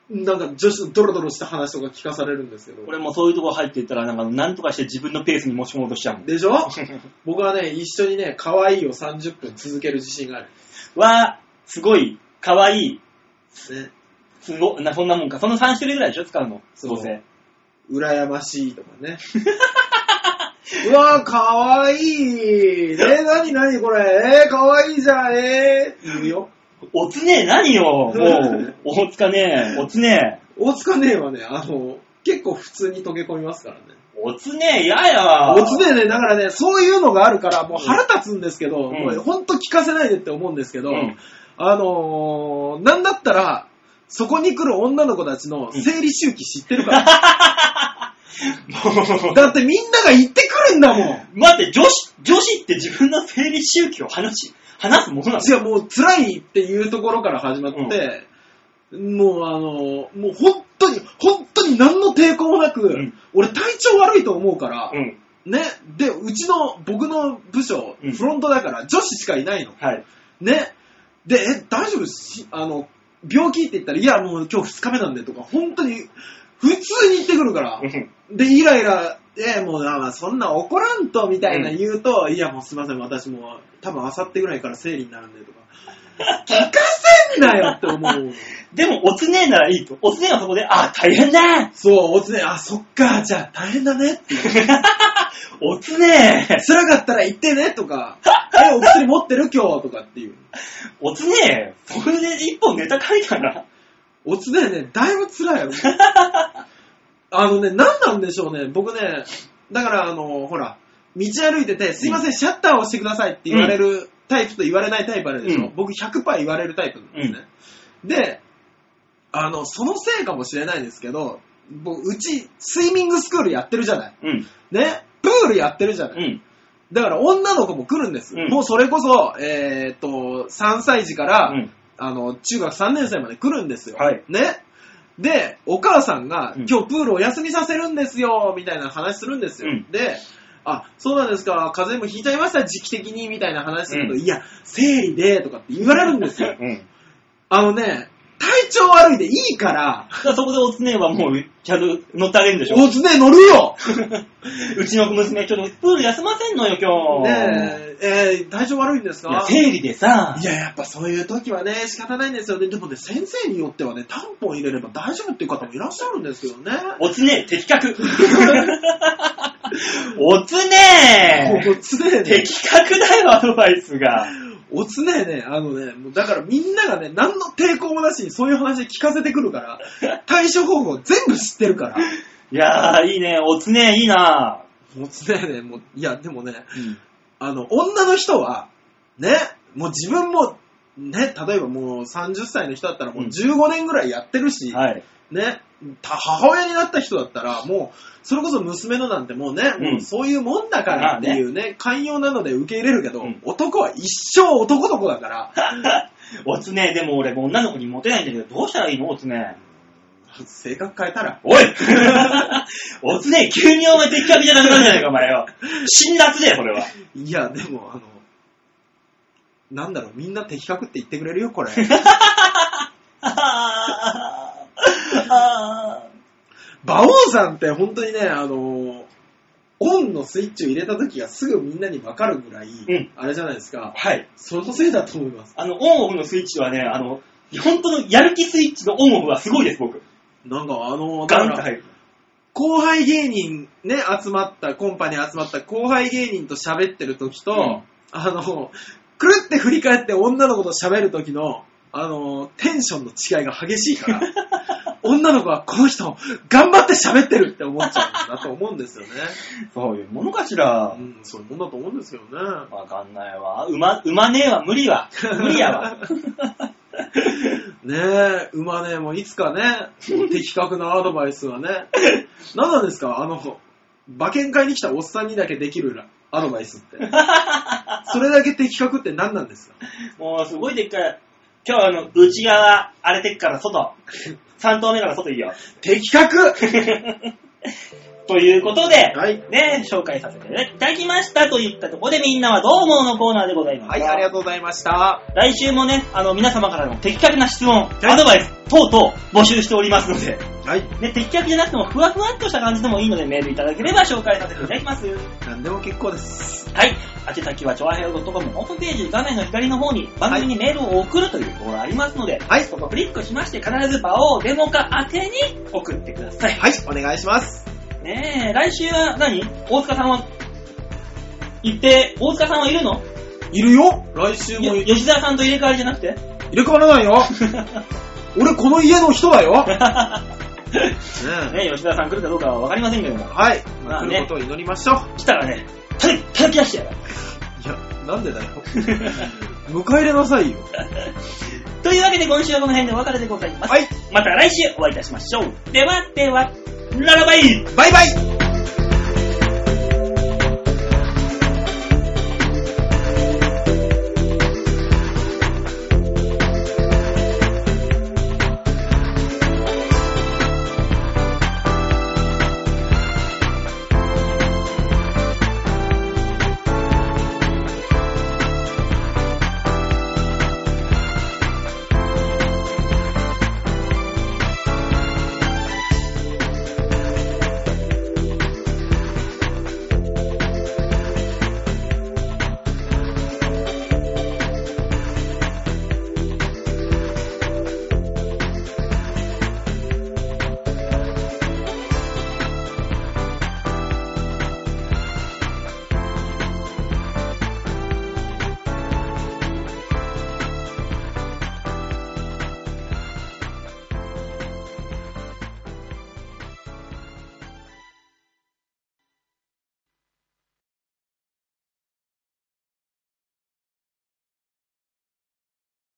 Speaker 3: う、なんか女子のドロドロした話とか聞かされるんですけど。
Speaker 2: 俺もそういうとこ入っていったら、なんか、なんとかして自分のペースに持ち込もうとしちゃうもん。
Speaker 3: でしょ僕はね、一緒にね、可愛いを30分続ける自信がある。
Speaker 2: わー、すごい、かわいい、
Speaker 3: ね、
Speaker 2: すごな、そんなもんか。その3種類ぐらいでしょ使うの。
Speaker 3: そう
Speaker 2: どせ
Speaker 3: 羨ましいとかね。 うわー、可愛いえー、なになにこれえー、可愛いじゃんえー、言うよ。
Speaker 2: おつねえ、何よ、も う。おつかねえ、おつねえ。
Speaker 3: 大塚姉はね、あの、結構普通に溶け込みますからね。
Speaker 2: おつねえ、やや。
Speaker 3: おつねね、だからね、そういうのがあるから、もう腹立つんですけど、
Speaker 2: うん
Speaker 3: もうほんと聞かせないでって思うんですけど、
Speaker 2: うん
Speaker 3: あのー、なんだったら、そこに来る女の子たちの生理周期知ってる から。だってみんなが行ってくるんだもん。
Speaker 2: 待って、女子、女子って自分の生理周期を話し、話すものなの
Speaker 3: 違う、もう辛いっていうところから始まって、もうあのー、もう本当に、本当に何の抵抗もなく、
Speaker 2: ん
Speaker 3: 俺体調悪いと思うから、
Speaker 2: うん。
Speaker 3: ね、で、うちの僕の部署、
Speaker 2: うん
Speaker 3: フロントだから女子しかいないの。
Speaker 2: はい。
Speaker 3: ね。で、え、大丈夫し、あの、病気って言ったら、いや、もう今日2日目なんでとか、本当に、普通に言ってくるから
Speaker 2: う。ん
Speaker 3: で、イライラ、え、もう、あまあそんな怒らんと、みたいな言うと、いや、もうすいません、私もう、多分あさってぐらいから生理になるん でとか、聞かせんなよって 思う。
Speaker 2: でも、おつねえならいいと。おつねえはそこで、あ、大変だ
Speaker 3: そう、おつね、あ、そっか、じゃあ大変だねって。
Speaker 2: おつねえ
Speaker 3: 辛かったら言ってねとか、 え、お薬持ってる今日とかっていう。
Speaker 2: おつねえそれで一本ネタ書いたら、
Speaker 3: おつねね、だいぶ辛い よ。あのね、何なんでしょうね。僕ね、だからあの、ほら、道歩いてて、すいません、シャッターを押してくださいって言われるタイプと言われないタイプあるでしょ。
Speaker 2: うん
Speaker 3: 僕100%言われるタイプなんですね。で、あの、そのせいかもしれないですけど、僕、うち、スイミングスクールやってるじゃない。
Speaker 2: うん。
Speaker 3: ね、プールやってるじゃな
Speaker 2: う
Speaker 3: い。
Speaker 2: ん。
Speaker 3: だから女の子も来るんです。
Speaker 2: うん
Speaker 3: もうそれこそ、えーっと、3歳児から、
Speaker 2: うん
Speaker 3: あの、中学3年生まで来るんですよ。
Speaker 2: はい
Speaker 3: ね。で、お母さんが、
Speaker 2: うん
Speaker 3: 今日プールお休みさせるんですよ、みたいな話するんですよ。
Speaker 2: うん
Speaker 3: で、あ、そうなんですか、風邪もひいちゃいました、時期的に、みたいな話すると、
Speaker 2: うん。
Speaker 3: いや、生理で、とかって言われるんですよ
Speaker 2: うん。
Speaker 3: あのね、体調悪いでいいから、
Speaker 2: だからそこでおつねはもう、ちゃんと乗ってあげるんでしょ
Speaker 3: おつね乗るよ
Speaker 2: うちの娘、ちょっとプール休ませんのよ、今日。
Speaker 3: ねえ、えー体調悪いんです
Speaker 2: いや
Speaker 3: か
Speaker 2: 生理でさ
Speaker 3: い、や、やっぱそういう時はね、仕方ないんですよね。でもね、先生によってはね、タンポン入れれば大丈夫っていう方もいらっしゃるんですけどね。
Speaker 2: おつね、的確。 おつね
Speaker 3: ここ常にね、
Speaker 2: 的確だよ、アドバイスが。
Speaker 3: お常にね、あのね、もうだからみんながね、何の抵抗もなしにそういう話聞かせてくる から、対処方法全部知ってるから。
Speaker 2: いやー、いいね、おつね、いいな
Speaker 3: もう常にね、もう、いや、でもね、あの、女の人は、ね、もう自分も、ね、例えばもう30歳の人だったらもう15年ぐらいやってるし、
Speaker 2: はい。
Speaker 3: ね、た母親になった人だったら、もう、それこそ娘のなんてもうね、
Speaker 2: うん
Speaker 3: もうそういうもんだからっていうね、寛容なので受け入れるけど、
Speaker 2: うん
Speaker 3: 男は一生男の子 だから、
Speaker 2: おつね、でも俺、女の子にモテないんだけど、どうしたらいいのおつね。
Speaker 3: 性格変えたら、
Speaker 2: おい おつね、急にお前的確じゃなくなるじゃないか、お 前よ。辛辣だよ、こ れは。
Speaker 3: いや、でも、あの、なんだろう、みんな的確って言ってくれる よ、これ。
Speaker 2: あーあー
Speaker 3: 馬王さんって本当にね、あの、オンのスイッチを入れた時がすぐみんなにわかるぐらい、
Speaker 2: ん
Speaker 3: あれじゃないですか、
Speaker 2: はい。
Speaker 3: そのせいだと思います。
Speaker 2: あの、オンオフのスイッチはね、あの、本当のやる気スイッチのオンオフはすごいです、僕。
Speaker 3: なんかあの、だか
Speaker 2: ガン
Speaker 3: ら
Speaker 2: と入る。
Speaker 3: 後輩芸人ね、集まった、コンパに集まった後輩芸人と喋ってる時と、
Speaker 2: うん
Speaker 3: あの、くるって振り返って女の子と喋る時の、あの、テンションの違いが激しい から、女の子はこの人、頑張って喋ってるって思っちゃうんだと思うんですよ ね。
Speaker 2: そういうものかしら
Speaker 3: う。ん、そういうもんだと思うんですよね。
Speaker 2: わかんないわ。うま、うまねえわ、無理わ。無理や わ。
Speaker 3: ねえ、馬ね、もういつかね、的確なアドバイスは ね。何なんですかあの、馬券買いに来たおっさんにだけできるアドバイス って。それだけ的確って何なんですか
Speaker 2: もうすごいでっかい。今日あの、内側、荒れてっから外。3投目から外いいよ。
Speaker 3: 的確
Speaker 2: ということで、
Speaker 3: はい。
Speaker 2: ね、紹介させていただきましたといったところでみんなはどう思うのコーナーでございます。
Speaker 3: はい、ありがとうございました。
Speaker 2: 来週もね、あの、皆様からの的確な質問、アドバイス等々募集しておりますので、
Speaker 3: はい。
Speaker 2: ね、的確じゃなくてもふわふわっとした感じでもいいのでメールいただければ紹介させていただきます。
Speaker 3: 何でも結構です。
Speaker 2: はい。宛先は、ちょわへよ .com のホームページ、画面の左の方に番組にメールを送るというところがありますので、
Speaker 3: はい
Speaker 2: そこをクリックしまして、必ず場をデモ化宛てに送ってください。
Speaker 3: はい、お願いします。
Speaker 2: ねえ、来週は何、大塚さんは、行って、大塚さんはいるの
Speaker 3: いるよ来週も
Speaker 2: よ
Speaker 3: い
Speaker 2: 吉沢さんと入れ替わりじゃなくて
Speaker 3: 入れ替わらないよ俺この家の人だ よ、ねえ
Speaker 2: ねえ吉沢さん来るかどうかはわかりませんけども、
Speaker 3: はい、
Speaker 2: まあ
Speaker 3: まあ、
Speaker 2: ね
Speaker 3: 来ることを祈りましょう。
Speaker 2: 来たらね、たた叩き出してやる。
Speaker 3: いや、なん でだよ。迎え入れなさいよ。
Speaker 2: というわけで今週はこの辺でお別れでございます。
Speaker 3: はい、
Speaker 2: また来週お会いいたしましょう。では、では、ララバイ
Speaker 3: バイバイ